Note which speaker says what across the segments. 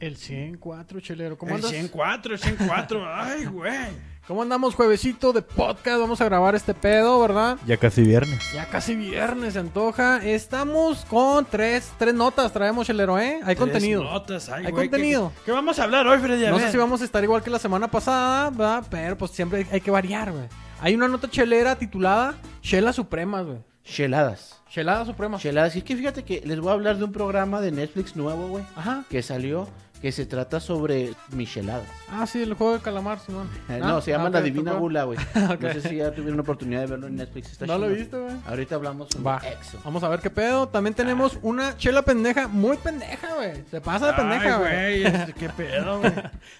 Speaker 1: El 104, chelero. ¿Cómo
Speaker 2: El
Speaker 1: andas?
Speaker 2: 104, el 104. Ay, güey.
Speaker 1: ¿Cómo andamos, juevesito de podcast? Vamos a grabar este pedo, ¿verdad?
Speaker 3: Ya casi viernes.
Speaker 1: Ya casi viernes se antoja. Estamos con tres, tres notas, traemos, chelero, ¿eh? Hay contenido.
Speaker 2: Tres notas, ay,
Speaker 1: Hay
Speaker 2: güey, ¿qué-
Speaker 1: contenido.
Speaker 2: ¿Qué, qué vamos a hablar hoy, Freddy? A
Speaker 1: No
Speaker 2: ver.
Speaker 1: sé si vamos a estar igual que la semana pasada, ¿verdad? Pero pues siempre hay- hay que variar, güey. Hay una nota chelera titulada Chelas Supremas, güey.
Speaker 4: Cheladas.
Speaker 1: Cheladas Supremas.
Speaker 4: Cheladas. Y es que fíjate que les voy a hablar de un programa de Netflix nuevo, güey.
Speaker 1: Ajá.
Speaker 4: Que salió, que se trata sobre micheladas.
Speaker 1: Ah, sí, el juego de calamar, Simón.
Speaker 4: Eh,
Speaker 1: Ah,
Speaker 4: no, se llama
Speaker 1: ah,
Speaker 4: La
Speaker 1: ok,
Speaker 4: Divina
Speaker 1: tocó.
Speaker 4: Bula, güey.
Speaker 1: Ok.
Speaker 4: No sé si ya tuvieron la oportunidad de verlo en Netflix. Está
Speaker 1: No lo
Speaker 4: chido.
Speaker 1: viste, güey.
Speaker 4: Ahorita hablamos sobre
Speaker 1: Va.
Speaker 4: Exo.
Speaker 1: Vamos a ver qué pedo. También tenemos una chela pendeja, muy pendeja, güey. Se pasa de pendeja,
Speaker 2: Ay,
Speaker 1: güey.
Speaker 2: güey. este, Qué pedo, güey.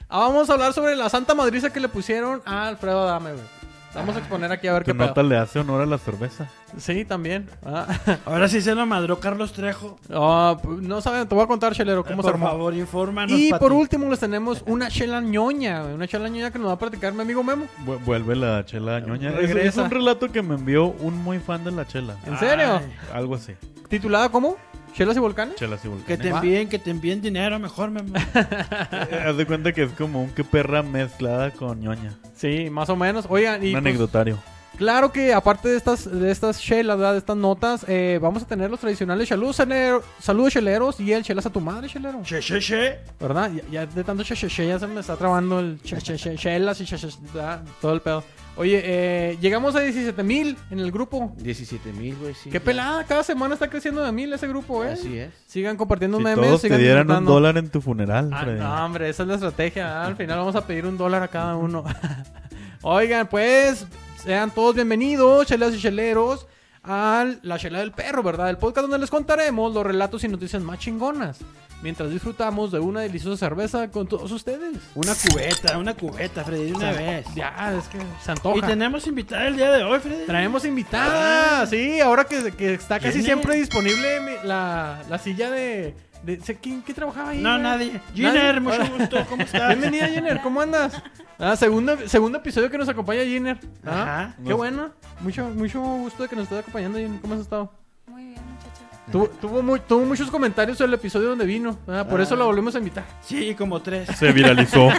Speaker 1: Ah, vamos a hablar sobre la santa madriza que le pusieron a Alfredo Adame, güey. Vamos a exponer aquí a
Speaker 2: Ah,
Speaker 1: ver
Speaker 3: Tu
Speaker 1: qué pedo.
Speaker 3: nota le hace honor a la cerveza.
Speaker 1: Sí, también. Ah,
Speaker 2: Ahora sí se lo madró Carlos Trejo. Eh,
Speaker 1: no, pues, no saben, te voy a contar, chelero, cómo se
Speaker 2: por
Speaker 1: armó.
Speaker 2: favor, infórmanos.
Speaker 1: Y
Speaker 2: Pati.
Speaker 1: por último les tenemos una chela ñoña, güey. Una chela ñoña que nos va a platicar mi amigo Memo.
Speaker 3: Vu- Vuelve la chela ñoña. Es- Es,
Speaker 1: Regresa.
Speaker 3: un relato que me envió un muy fan de la chela.
Speaker 1: ¿En serio?
Speaker 2: Ay,
Speaker 3: Algo así.
Speaker 1: ¿Titulada cómo? ¿Chelas y volcanes?
Speaker 3: Chelas y
Speaker 2: Que te
Speaker 3: volcanes.
Speaker 1: Va.
Speaker 2: envíen, que te envíen dinero mejor, mi amor.
Speaker 3: Eh, Haz de cuenta que es como un que perra mezclada con ñoña.
Speaker 1: Sí, más o menos. Oigan, y
Speaker 3: Un
Speaker 1: pues,
Speaker 3: anecdotario.
Speaker 1: claro que aparte de estas de estas chelas, ¿verdad? de estas notas, eh, vamos a tener los tradicionales saludos, chelero- saludos cheleros y el chelas a tu madre, chelero.
Speaker 2: Che, che, che.
Speaker 1: ¿Verdad? Ya, ya de tanto che, che, che, ya se me está trabando el che, che, che, chelas y che, che, ah, todo el pedo. Oye, eh, llegamos a 17 mil en el grupo.
Speaker 4: 17 mil, güey, sí.
Speaker 1: Qué
Speaker 4: ya.
Speaker 1: pelada, cada semana está creciendo de mil ese grupo, ¿eh?
Speaker 4: Así es.
Speaker 1: Sigan compartiendo
Speaker 3: Si
Speaker 1: memes.
Speaker 3: todos te
Speaker 1: sigan
Speaker 3: dieran un
Speaker 1: disfrutando.
Speaker 3: dólar en tu funeral,
Speaker 1: Ah,
Speaker 3: Freddy.
Speaker 1: no, hombre, esa es la estrategia. ¿verdad? Al final vamos a pedir un dólar a cada uno. Oigan, pues, sean todos bienvenidos, chelas y cheleros, a La Chela del Perro, ¿verdad? El podcast donde les contaremos los relatos y noticias más chingonas. Mientras disfrutamos de una deliciosa cerveza con todos ustedes.
Speaker 2: Una cubeta, una cubeta, Freddy, de una vez.
Speaker 1: Ya, es que se
Speaker 2: Y
Speaker 1: antoja.
Speaker 2: tenemos invitada el día de hoy, Freddy.
Speaker 1: Traemos
Speaker 2: Ah.
Speaker 1: invitada, sí, ahora que, que está casi
Speaker 2: ¿Quién
Speaker 1: siempre
Speaker 2: es?
Speaker 1: disponible mi- la, la silla de... de sé ¿quién, ¿Qué trabajaba ahí?
Speaker 2: No,
Speaker 1: güey?
Speaker 2: nadie.
Speaker 1: Nadie.
Speaker 2: Giner, mucho
Speaker 1: Hola.
Speaker 2: gusto. ¿Cómo estás?
Speaker 1: Bienvenida, Jenner, ¿cómo andas? Ah, segundo, segundo episodio que nos acompaña Jenner. Ah,
Speaker 2: Ajá.
Speaker 1: Qué bueno. Mucho, mucho gusto de que nos estés acompañando, Jenner. ¿Cómo has estado?
Speaker 5: Muy bien, muchachos.
Speaker 1: Tuvo, tuvo, mu- tuvo muchos comentarios sobre el episodio donde vino. ah, por eso la volvemos a invitar.
Speaker 2: Sí, como tres.
Speaker 3: Se viralizó.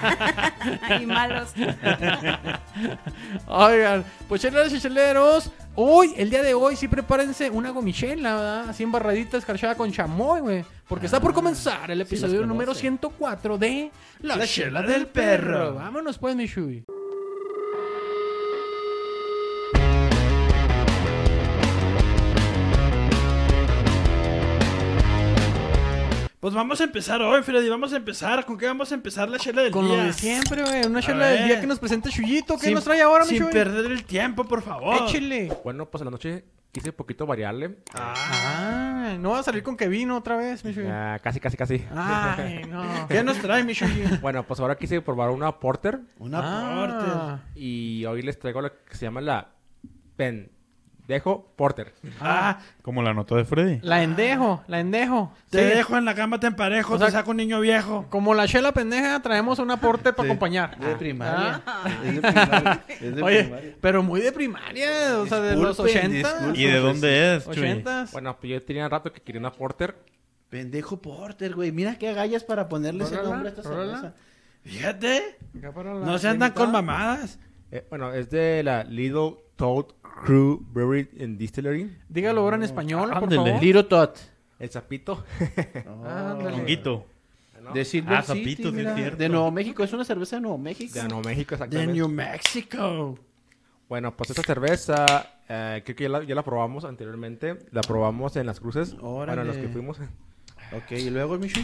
Speaker 5: Y malos.
Speaker 1: Oigan, pues cheleros y cheleros. Hoy, el día de hoy, sí prepárense una gomichela, ¿verdad? Así embarradita, escarchada con chamoy, güey. Porque está
Speaker 2: Ah,
Speaker 1: por comenzar el episodio
Speaker 4: las
Speaker 1: número
Speaker 4: conoce.
Speaker 1: 104 de La,
Speaker 2: La
Speaker 1: Chela
Speaker 2: Chela
Speaker 1: del
Speaker 2: del
Speaker 1: Perro.
Speaker 2: Perro.
Speaker 1: Vámonos pues, mi Shui.
Speaker 2: Pues vamos a empezar hoy, Freddy. Vamos a empezar. ¿Con qué vamos a empezar la chela del
Speaker 1: Con
Speaker 2: día?
Speaker 1: lo de siempre, güey. Una
Speaker 2: A
Speaker 1: chela del día
Speaker 2: ver.
Speaker 1: que nos presenta Chuyito. ¿Qué
Speaker 2: Sin-
Speaker 1: nos trae ahora, mi
Speaker 2: Sin Oh.
Speaker 1: Shui?
Speaker 2: perder el tiempo, por favor.
Speaker 1: Échele.
Speaker 6: Bueno, pues en la noche quise poquito variarle.
Speaker 2: Ah,
Speaker 1: Ah, no va a salir con que vino otra vez, mi Shui.
Speaker 6: Ah, casi, casi, casi.
Speaker 1: Ay, no.
Speaker 2: ¿Qué nos trae, mi Shuji?
Speaker 6: Bueno, pues ahora quise probar una porter.
Speaker 2: Un
Speaker 1: Ah,
Speaker 6: Y hoy les traigo lo que se llama la pendejo porter.
Speaker 2: Ah,
Speaker 3: como la nota de Freddy.
Speaker 1: la endejo, la endejo.
Speaker 2: te
Speaker 1: Sí.
Speaker 2: dejo en la cama, te emparejo,
Speaker 1: O sea-
Speaker 2: te saco un niño viejo.
Speaker 1: Como la chela pendeja, traemos un aporte para
Speaker 4: Sí.
Speaker 1: acompañar.
Speaker 4: Es de primaria.
Speaker 1: Ah.
Speaker 4: Es de primaria. Es de
Speaker 1: Oye,
Speaker 4: primaria.
Speaker 1: pero muy de primaria, o sea, de los
Speaker 4: Disculpen,
Speaker 1: 80.
Speaker 4: disculpen.
Speaker 3: ¿Y de dónde es, Chuy?
Speaker 1: 80.
Speaker 6: Bueno, pues yo tenía rato que quería una porter.
Speaker 4: Pendejo Porter, güey. Mira qué agallas para ponerle ese
Speaker 1: Rólela,
Speaker 4: nombre a esta
Speaker 1: rólela.
Speaker 4: cerveza.
Speaker 2: Fíjate, no se andan con Ah, mamadas.
Speaker 6: Eh, bueno, es de la Little Toad Crew Brewery and Distillery.
Speaker 1: Dígalo ahora en español, por
Speaker 3: Ándele.
Speaker 1: favor.
Speaker 4: Little Tot.
Speaker 6: El sapito.
Speaker 1: Ah, Ándale.
Speaker 3: Honguito.
Speaker 6: ¿no?
Speaker 4: De Silver
Speaker 3: Ah,
Speaker 4: City,
Speaker 3: Zapitos, sí es
Speaker 4: mira.
Speaker 3: cierto.
Speaker 4: De Nuevo México. Es una cerveza de Nuevo México.
Speaker 6: De Nuevo México,
Speaker 2: De
Speaker 6: exactamente.
Speaker 2: New Mexico.
Speaker 6: Bueno, pues esta cerveza, eh, creo que ya la, ya la probamos anteriormente. La probamos en las cruces. Bueno,
Speaker 4: Órale.
Speaker 6: en los que fuimos.
Speaker 4: Ok, y luego, Michu.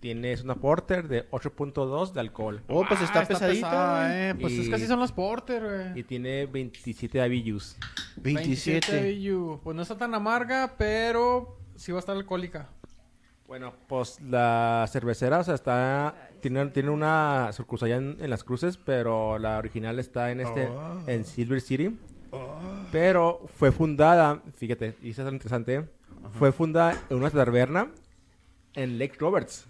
Speaker 6: Tienes una porter de 8.2 de alcohol.
Speaker 4: Oh, pues está,
Speaker 1: Ah,
Speaker 4: pesadita.
Speaker 1: pesada,
Speaker 4: güey.
Speaker 1: eh. Pues es
Speaker 6: Y-
Speaker 1: que así son las porter, güey.
Speaker 6: Y tiene 27 IBUs.
Speaker 4: 27.
Speaker 1: BU. Pues no está tan amarga, pero sí va a estar alcohólica.
Speaker 6: Bueno, pues la cervecera, o sea, está... Tiene, tiene una sucursal allá en, en Las Cruces, pero la original está en este...
Speaker 4: Ah.
Speaker 6: En Silver City. Pero fue fundada... Fíjate, y eso es lo interesante. Fue fundada en una taberna en Lake Roberts.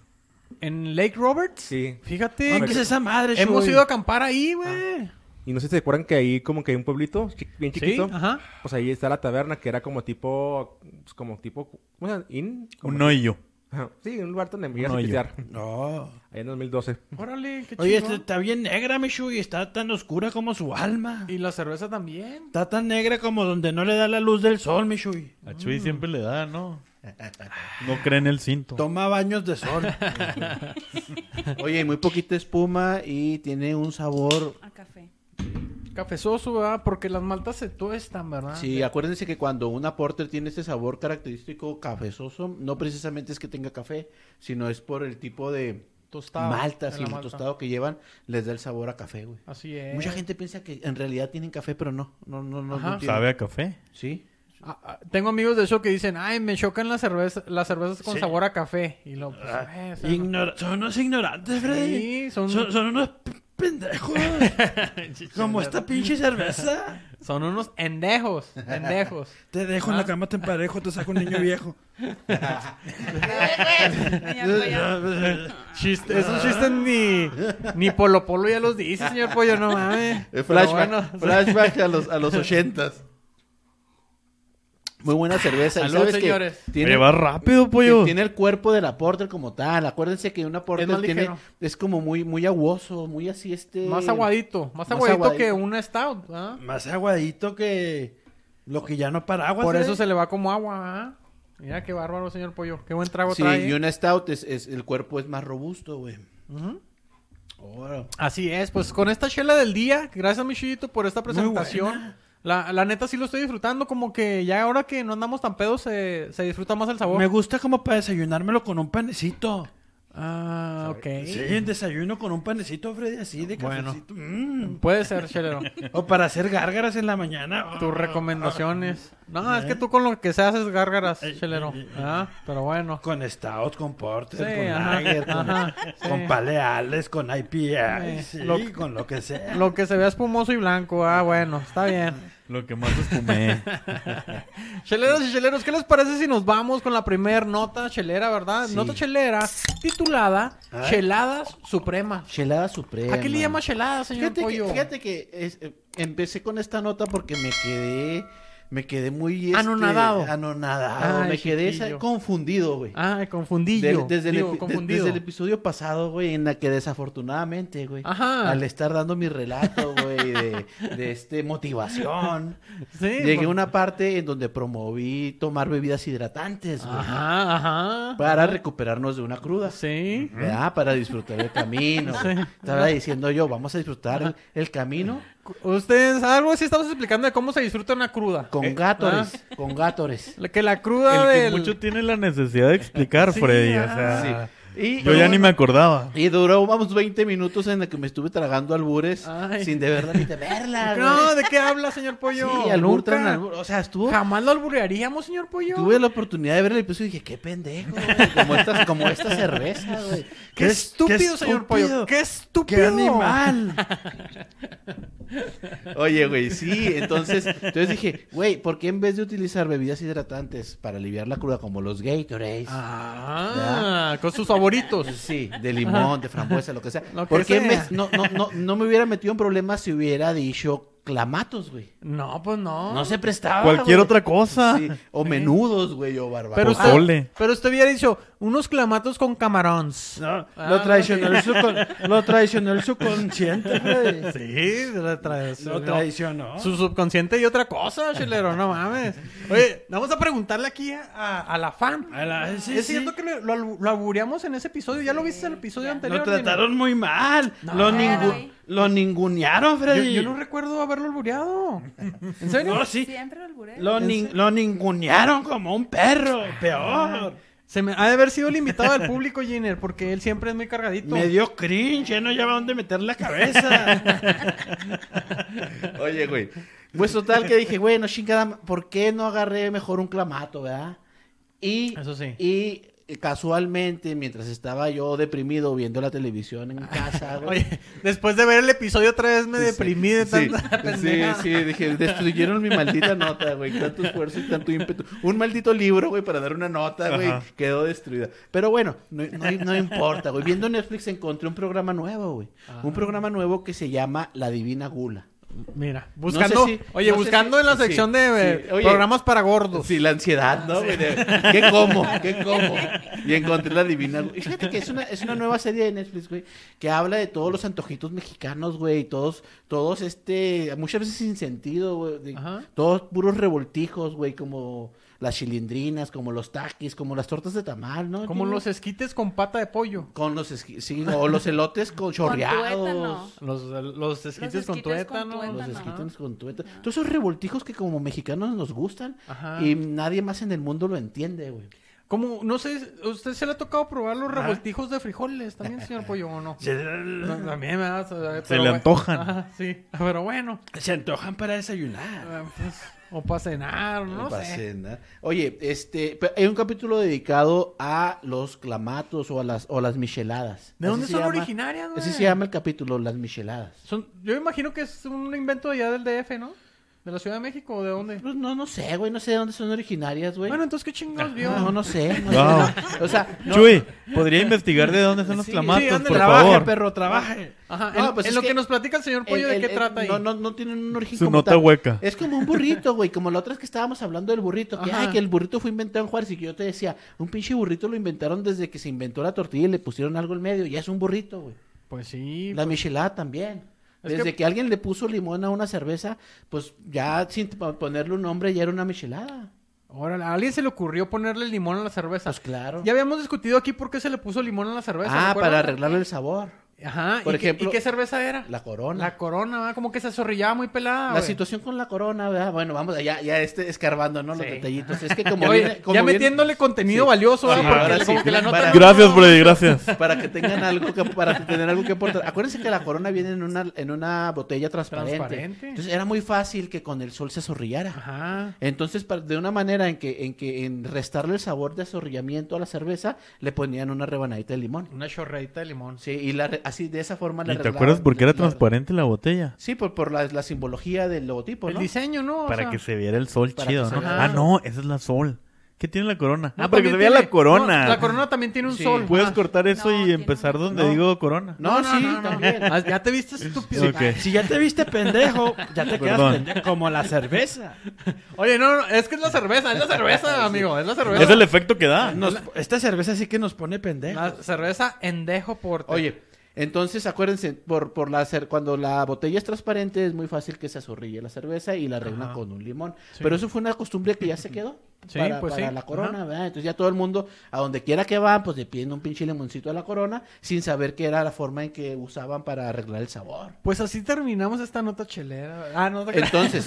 Speaker 1: En Lake Roberts.
Speaker 6: Sí.
Speaker 1: Fíjate.
Speaker 2: ¿Dónde Ah, es
Speaker 1: que
Speaker 2: esa madre, Shuji?
Speaker 1: Hemos ido a acampar ahí, güey.
Speaker 6: Y no sé si se acuerdan que ahí como que hay un pueblito chi- bien
Speaker 1: Sí,
Speaker 6: chiquito.
Speaker 1: ajá.
Speaker 6: Pues ahí está la taberna que era como tipo... pues, como tipo... ¿Cómo se llama? ¿Inn? Como-
Speaker 3: Un hoyo.
Speaker 6: Ajá. Sí, un lugar donde me ibas a
Speaker 3: Un hoyo.
Speaker 6: pistear.
Speaker 2: No.
Speaker 6: Ahí en 2012.
Speaker 1: Órale, qué chido.
Speaker 2: Oye, este, está bien negra, Michu, y está tan oscura como su alma.
Speaker 1: Y la cerveza también.
Speaker 2: Está tan negra como donde no le da la luz del sol, Michuy.
Speaker 3: A Chuy
Speaker 1: Mm.
Speaker 3: siempre le da, ¿no? No cree en el cinto.
Speaker 2: Toma baños de sol.
Speaker 4: Oye, muy poquita espuma y tiene un sabor.
Speaker 5: A café.
Speaker 1: Cafezoso, ¿verdad? Porque las maltas se tuestan, ¿verdad?
Speaker 4: Sí, acuérdense que cuando una porter tiene este sabor característico cafezoso, no precisamente es que tenga café, sino es por el tipo de
Speaker 1: Tostado.
Speaker 4: maltas
Speaker 1: en
Speaker 4: y
Speaker 1: la
Speaker 4: el
Speaker 1: malta.
Speaker 4: tostado que llevan, les da el sabor a café, güey.
Speaker 1: Así es.
Speaker 4: Mucha gente piensa que en realidad tienen café, pero no, no, no, no,
Speaker 1: Ajá.
Speaker 4: no tienen.
Speaker 3: ¿Sabe a café?
Speaker 4: Sí.
Speaker 1: Ah, ah, tengo amigos de eso que dicen, ay, me chocan las cervezas, las cervezas con
Speaker 2: Sí.
Speaker 1: sabor a café. Y lo, pues, eh, o sea, no-
Speaker 2: Ignora- Son unos ignorantes, Freddy.
Speaker 1: Sí, son,
Speaker 2: Son,
Speaker 1: son,
Speaker 2: son unos p- pendejos. como esta pinche cerveza.
Speaker 1: unos endejos, endejos.
Speaker 2: Te dejo en la cama, te emparejo, te saco un niño viejo.
Speaker 5: Ya, pues, ya.
Speaker 1: Chiste, esos chistes ni, ni Polo Polo ya los dice, señor Pollo, no mames. Pero bueno,
Speaker 4: Eh, flashback a los, a los ochentas. Muy buena cerveza. y
Speaker 1: Salud,
Speaker 4: sabes
Speaker 1: señores.
Speaker 4: Que
Speaker 3: Oye,
Speaker 4: tiene,
Speaker 3: va rápido, pollo.
Speaker 4: que tiene el cuerpo de la porter como tal. Acuérdense que una porter
Speaker 1: más
Speaker 4: tiene,
Speaker 1: ligero.
Speaker 4: es como muy, muy aguoso, muy así este...
Speaker 1: más aguadito, más
Speaker 4: Más
Speaker 1: aguadito que
Speaker 4: aguadito.
Speaker 1: una stout, ¿ah?
Speaker 2: Más aguadito que lo que ya no paraguas.
Speaker 1: Por eso
Speaker 2: eh.
Speaker 1: se le va como agua, ¿ah? Mira qué bárbaro, señor Pollo. Qué buen trago
Speaker 4: Sí,
Speaker 1: trae. ¿eh?
Speaker 4: y una stout es, es- el cuerpo es más robusto, güey.
Speaker 1: Ujú.
Speaker 4: Ahora,
Speaker 1: Así es, pues con esta chela del día, gracias Michito por esta presentación.
Speaker 2: buena.
Speaker 1: La, la neta sí lo estoy disfrutando, como que ya ahora que no andamos tan pedos se, se disfruta más el sabor.
Speaker 2: Me gusta como para desayunármelo con un panecito.
Speaker 1: Ah, ok.
Speaker 2: Sí, en desayuno con un panecito, Freddy, así de
Speaker 1: Bueno.
Speaker 2: cafecito. Mm.
Speaker 1: Puede ser, chelero.
Speaker 2: O para hacer gárgaras en la mañana.
Speaker 1: Tus recomendaciones. No, es que tú con lo que se haces gárgaras,
Speaker 2: ah, Eh,
Speaker 1: chelero.
Speaker 2: eh, eh.
Speaker 1: Ah, pero bueno.
Speaker 2: Con Stout, con Porter,
Speaker 1: Sí,
Speaker 2: con
Speaker 1: ajá,
Speaker 2: Lager, con,
Speaker 1: ajá, sí.
Speaker 2: con Paleales, con IPA,
Speaker 1: Eh,
Speaker 2: sí,
Speaker 1: lo-
Speaker 2: con lo que sea.
Speaker 1: Lo que se vea espumoso y blanco. Ah, bueno, está bien.
Speaker 3: Lo que más espumé.
Speaker 1: Cheleros y cheleros, ¿qué les parece si nos vamos con la primer nota chelera, verdad?
Speaker 4: Sí.
Speaker 1: Nota chelera titulada
Speaker 4: Ay.
Speaker 1: Cheladas Supremas.
Speaker 4: Chelada suprema.
Speaker 1: ¿A qué le llama chelada, señor
Speaker 4: Fíjate que,
Speaker 1: Pollo?
Speaker 4: fíjate que es- eh, empecé con esta nota porque me quedé, me quedé muy este,
Speaker 1: Anonadado.
Speaker 4: anonadado.
Speaker 1: Ay,
Speaker 4: me quedé
Speaker 1: chiquillo.
Speaker 4: sa- confundido, güey.
Speaker 1: Ah, confundillo.
Speaker 4: Del- desde,
Speaker 1: Digo,
Speaker 4: el, epi- de-
Speaker 1: confundido.
Speaker 4: desde el episodio pasado, güey, en la que desafortunadamente, güey,
Speaker 1: Ajá.
Speaker 4: al estar dando mi relato, güey, de, de este motivación,
Speaker 1: Sí,
Speaker 4: llegué
Speaker 1: pues-
Speaker 4: a una parte en donde promoví tomar bebidas hidratantes, güey,
Speaker 1: Ajá, ajá.
Speaker 4: para recuperarnos de una cruda.
Speaker 1: Sí.
Speaker 4: ¿verdad? Para disfrutar el camino.
Speaker 1: Sí.
Speaker 4: Estaba diciendo yo, vamos a disfrutar el, el camino
Speaker 1: Ustedes, algo así estamos explicando de cómo se disfruta una cruda. Eh,
Speaker 4: con gatores,
Speaker 1: ah.
Speaker 4: con gatores.
Speaker 1: La- Que la
Speaker 3: El
Speaker 1: cruda
Speaker 3: que
Speaker 1: del...
Speaker 3: mucho tiene la necesidad de explicar, Freddy. O
Speaker 1: Ah.
Speaker 3: sea,
Speaker 4: Sí. Y,
Speaker 3: yo ya ni me acordaba.
Speaker 4: y duró, vamos, 20 minutos en la que me estuve tragando albures
Speaker 1: Ay.
Speaker 4: sin de verdad ni de verla,
Speaker 1: No,
Speaker 4: güey.
Speaker 1: ¿de qué habla, señor Pollo?
Speaker 4: Sí, albur tras
Speaker 1: Nunca.
Speaker 4: albur. O sea, estuvo...
Speaker 1: Jamás lo alburearíamos, señor Pollo.
Speaker 4: Tuve la oportunidad de ver el episodio y dije, qué pendejo, güey. Como esta, como esta cerveza, güey.
Speaker 1: Qué, estúpido, señor Pollo. Qué estúpido.
Speaker 2: ¡Qué animal!
Speaker 4: Oye, güey, sí. Entonces, entonces dije, güey, ¿por qué en vez de utilizar bebidas hidratantes para aliviar la cruda como los Gatorades? pues
Speaker 1: Ah, con sus favoritos.
Speaker 4: Sí, de limón, de frambuesa, lo que sea.
Speaker 1: Lo que
Speaker 4: ¿Por qué me-
Speaker 1: sea.
Speaker 4: no, no, no, no me hubiera metido en problemas si hubiera dicho clamatos, güey?
Speaker 1: No, pues no.
Speaker 4: No se prestaba.
Speaker 3: Cualquier
Speaker 4: güey.
Speaker 3: otra cosa.
Speaker 4: Ah, Sí, o menudos, güey, o
Speaker 1: Pero
Speaker 4: barbacoa.
Speaker 1: usted,
Speaker 3: Pozole.
Speaker 1: pero usted hubiera dicho unos clamatos con camarones.
Speaker 2: No,
Speaker 1: Ah,
Speaker 2: lo traicionó el su- lo traicionó el subconsciente, Freddy.
Speaker 1: Sí, lo trae-
Speaker 2: Lo
Speaker 1: no.
Speaker 2: traicionó.
Speaker 1: Su subconsciente y otra cosa, chilero, no mames. Oye, vamos a preguntarle aquí a, a- a la fan.
Speaker 2: A la- Ah, sí,
Speaker 1: es
Speaker 2: sí.
Speaker 1: cierto que lo, lo, albu- lo albureamos en ese episodio. ¿Ya lo viste en el episodio anterior?
Speaker 2: Lo
Speaker 1: Nina?
Speaker 2: trataron muy mal.
Speaker 1: No.
Speaker 2: lo,
Speaker 1: Ya,
Speaker 2: ningu-
Speaker 5: güey.
Speaker 2: lo ningunearon,
Speaker 1: Yo,
Speaker 2: Freddy.
Speaker 1: yo no recuerdo haberlo albureado. ¿En serio?
Speaker 2: No, sí.
Speaker 5: Siempre lo alburé.
Speaker 2: Lo, nin- lo ningunearon como un perro. Peor.
Speaker 1: Se me ha de haber sido el invitado del público, Jenner, porque él siempre es muy cargadito.
Speaker 2: Me dio cringe. Ya no lleva dónde meter la cabeza.
Speaker 4: Oye, güey. Pues total que dije, bueno, chingada, ma- ¿por qué no agarré mejor un clamato, verdad? Y,
Speaker 1: Eso sí.
Speaker 4: Y eh, casualmente, mientras estaba yo deprimido viendo la televisión en casa, güey.
Speaker 1: Oye, después de ver el episodio otra vez me
Speaker 4: Sí,
Speaker 1: deprimí de
Speaker 4: sí,
Speaker 1: tanta
Speaker 4: sí,
Speaker 1: pendejada.
Speaker 4: sí, dije, destruyeron mi maldita nota, güey. Tanto esfuerzo y tanto ímpetu. Un maldito libro, güey, para dar una nota, güey.
Speaker 3: Ajá.
Speaker 4: Quedó destruida. Pero bueno, no, no- no importa,
Speaker 1: Ah.
Speaker 4: güey. Viendo Netflix encontré un programa nuevo, güey. Un programa nuevo que se llama La Divina Gula.
Speaker 1: Mira, buscando,
Speaker 4: sé si-
Speaker 1: oye,
Speaker 4: no sé
Speaker 1: buscando
Speaker 4: si-
Speaker 1: en la
Speaker 4: sí,
Speaker 1: sección de eh,
Speaker 4: sí. Oye,
Speaker 1: programas para gordos.
Speaker 4: Sí, la ansiedad, ¿no? güey? De, ¿Qué como? ¿Qué como? Y encontré la divina. güey. Y Fíjate que es una, es una nueva serie de Netflix, güey, que habla de todos los antojitos mexicanos, güey, y todos, todos, este, muchas veces sin sentido, güey, de-
Speaker 1: Ajá.
Speaker 4: todos puros revoltijos, güey, como las chilindrinas, como los taquis, como las tortas de tamal, ¿no?
Speaker 1: Como
Speaker 4: Tiene-
Speaker 1: los esquites con pata de pollo.
Speaker 4: Con los, esqui- sí, o los elotes con chorreados.
Speaker 5: tuétano.
Speaker 1: Los, los esquites,
Speaker 5: Los
Speaker 1: con
Speaker 5: esquites con
Speaker 1: tuétano.
Speaker 5: tuétano. Ah.
Speaker 4: Los
Speaker 5: Ajá.
Speaker 4: esquites con tuétano. Todos esos revoltijos que como mexicanos nos gustan
Speaker 1: Ajá.
Speaker 4: y nadie más en el mundo lo entiende, güey.
Speaker 1: Como, no sé, ¿a ¿usted se le ha tocado probar los revoltijos de frijoles también, señor Pollo, o no? No, También me da... Se
Speaker 3: le antojan.
Speaker 1: sí, pero bueno.
Speaker 2: Se antojan para desayunar.
Speaker 1: eh, pues, o para cenar, no
Speaker 4: Para
Speaker 1: sé.
Speaker 4: cenar. Oye, este, pe- hay un capítulo dedicado a los clamatos o a las, o a las micheladas.
Speaker 1: ¿De
Speaker 4: Así
Speaker 1: dónde
Speaker 4: se
Speaker 1: son
Speaker 4: llama-
Speaker 1: originarias, güey?
Speaker 4: Así se llama el capítulo, las micheladas.
Speaker 1: Son, yo imagino que es un invento allá del DF, ¿no? ¿De la Ciudad de México o de dónde?
Speaker 4: Pues no, no sé, güey, no sé de dónde son originarias, güey.
Speaker 1: Bueno, entonces, ¿qué chingados vio?
Speaker 4: Ah, no, no sé. no
Speaker 3: Wow.
Speaker 4: sé, no. O sea, no,
Speaker 3: Chuy, podría investigar de dónde son los
Speaker 1: Sí,
Speaker 3: clamatos,
Speaker 1: sí, ándale,
Speaker 3: por
Speaker 1: trabaja,
Speaker 3: favor.
Speaker 2: perro, trabaje.
Speaker 1: Ajá,
Speaker 4: No,
Speaker 1: en,
Speaker 4: pues
Speaker 1: en
Speaker 4: es
Speaker 1: lo que...
Speaker 4: que
Speaker 1: nos platica el señor Pollo,
Speaker 4: El-
Speaker 1: ¿de
Speaker 4: el-
Speaker 1: qué
Speaker 4: el-
Speaker 1: trata ahí?
Speaker 4: No, no, no tienen un origen
Speaker 3: Su
Speaker 4: como
Speaker 3: nota
Speaker 4: tal.
Speaker 3: hueca.
Speaker 4: Es como un burrito, güey, como la otra que estábamos hablando del burrito. Que,
Speaker 1: Ajá.
Speaker 4: ay, que el burrito fue inventado en Juárez y que yo te decía, un pinche burrito lo inventaron desde que se inventó la tortilla y le pusieron algo en medio. Ya es un burrito, güey.
Speaker 1: Pues sí.
Speaker 4: La michelada también.
Speaker 1: Es
Speaker 4: Desde
Speaker 1: que-
Speaker 4: que... alguien le puso limón a una cerveza, pues ya sin t- ponerle un nombre ya era una michelada.
Speaker 1: Órale, a alguien se le ocurrió ponerle limón a la cerveza.
Speaker 4: Pues claro.
Speaker 1: Ya habíamos discutido aquí por qué se le puso limón a la cerveza.
Speaker 4: ah,
Speaker 1: ¿recuerdan?
Speaker 4: para arreglarle el sabor.
Speaker 1: Ajá.
Speaker 4: Por
Speaker 1: ¿Y, qué-
Speaker 4: ejemplo,
Speaker 1: ¿Y qué cerveza era?
Speaker 4: La corona.
Speaker 1: La corona, ¿verdad? como que se zorrillaba muy pelada.
Speaker 4: La
Speaker 1: güey.
Speaker 4: situación con la corona, ¿verdad? Bueno, vamos, ya, ya este, escarbando, ¿no? Los
Speaker 1: Sí.
Speaker 4: detallitos. Es que
Speaker 1: Ya,
Speaker 4: como
Speaker 1: oye,
Speaker 4: viene- como
Speaker 1: ya
Speaker 4: viene-
Speaker 1: metiéndole contenido valioso, ¿verdad?
Speaker 4: Sí,
Speaker 1: Porque
Speaker 4: ahora
Speaker 1: como
Speaker 4: sí.
Speaker 1: que la nota.
Speaker 4: Para-
Speaker 3: Gracias, Freddy, gracias.
Speaker 4: para que tengan algo que, para tener algo que aportar. Acuérdense que la corona viene en una, en una botella transparente.
Speaker 1: Transparente.
Speaker 4: Entonces era muy fácil que con el sol se zorrillara.
Speaker 1: Ajá.
Speaker 4: Entonces, para- de una manera en que, en que en restarle el sabor de azorrillamiento a la cerveza, le ponían una rebanadita de limón.
Speaker 1: Una chorreita de limón.
Speaker 4: Sí, y la re- así de esa forma le
Speaker 3: ¿Y te
Speaker 4: arreglaban
Speaker 3: acuerdas por qué era
Speaker 4: la-
Speaker 3: transparente la botella?
Speaker 4: Sí, por, por la, la simbología del logotipo,
Speaker 1: Pues El
Speaker 4: ¿no?
Speaker 1: diseño, ¿no? O
Speaker 3: Para
Speaker 1: sea,
Speaker 3: que se viera el sol
Speaker 4: para
Speaker 3: chido,
Speaker 4: que
Speaker 3: ¿no?
Speaker 4: se
Speaker 1: vea.
Speaker 3: Ah, no, esa es la sol. ¿Qué tiene la corona?
Speaker 1: no,
Speaker 3: ah, para que
Speaker 1: también
Speaker 3: se vea
Speaker 1: tiene-
Speaker 3: la corona.
Speaker 1: no, la corona también tiene un
Speaker 4: Sí.
Speaker 1: sol.
Speaker 3: Puedes
Speaker 1: Ah.
Speaker 3: cortar eso
Speaker 5: No,
Speaker 3: y
Speaker 5: tiene
Speaker 3: empezar
Speaker 5: una-
Speaker 3: donde
Speaker 4: No.
Speaker 3: digo corona.
Speaker 4: No, sí, también.
Speaker 1: Ah, Ya te viste estúpido.
Speaker 3: Ok.
Speaker 2: Si ya te viste pendejo, ya te quedas
Speaker 3: Perdón.
Speaker 2: pendejo. Como la cerveza.
Speaker 1: Oye, no, no, es que es la cerveza, es la cerveza, amigo, es la cerveza.
Speaker 3: Es el efecto que da.
Speaker 2: Nos- esta cerveza sí que nos pone pendejo.
Speaker 1: La cerveza endejo porte.
Speaker 4: ¿Eh? Oye, entonces acuérdense, por, por la cer- cuando la botella es transparente es muy fácil que se azorrille la cerveza y la arreglan con un limón. Pero eso fue una costumbre que ya se quedó.
Speaker 1: Sí,
Speaker 4: para,
Speaker 1: pues
Speaker 4: para
Speaker 1: sí.
Speaker 4: la corona, ¿verdad? Entonces ya todo el mundo, a donde quiera que van, pues le piden un pinche limoncito a la corona sin saber que era la forma en que usaban para arreglar el sabor.
Speaker 1: Pues así terminamos esta nota chelera. Ah, no, te creas.
Speaker 4: Entonces,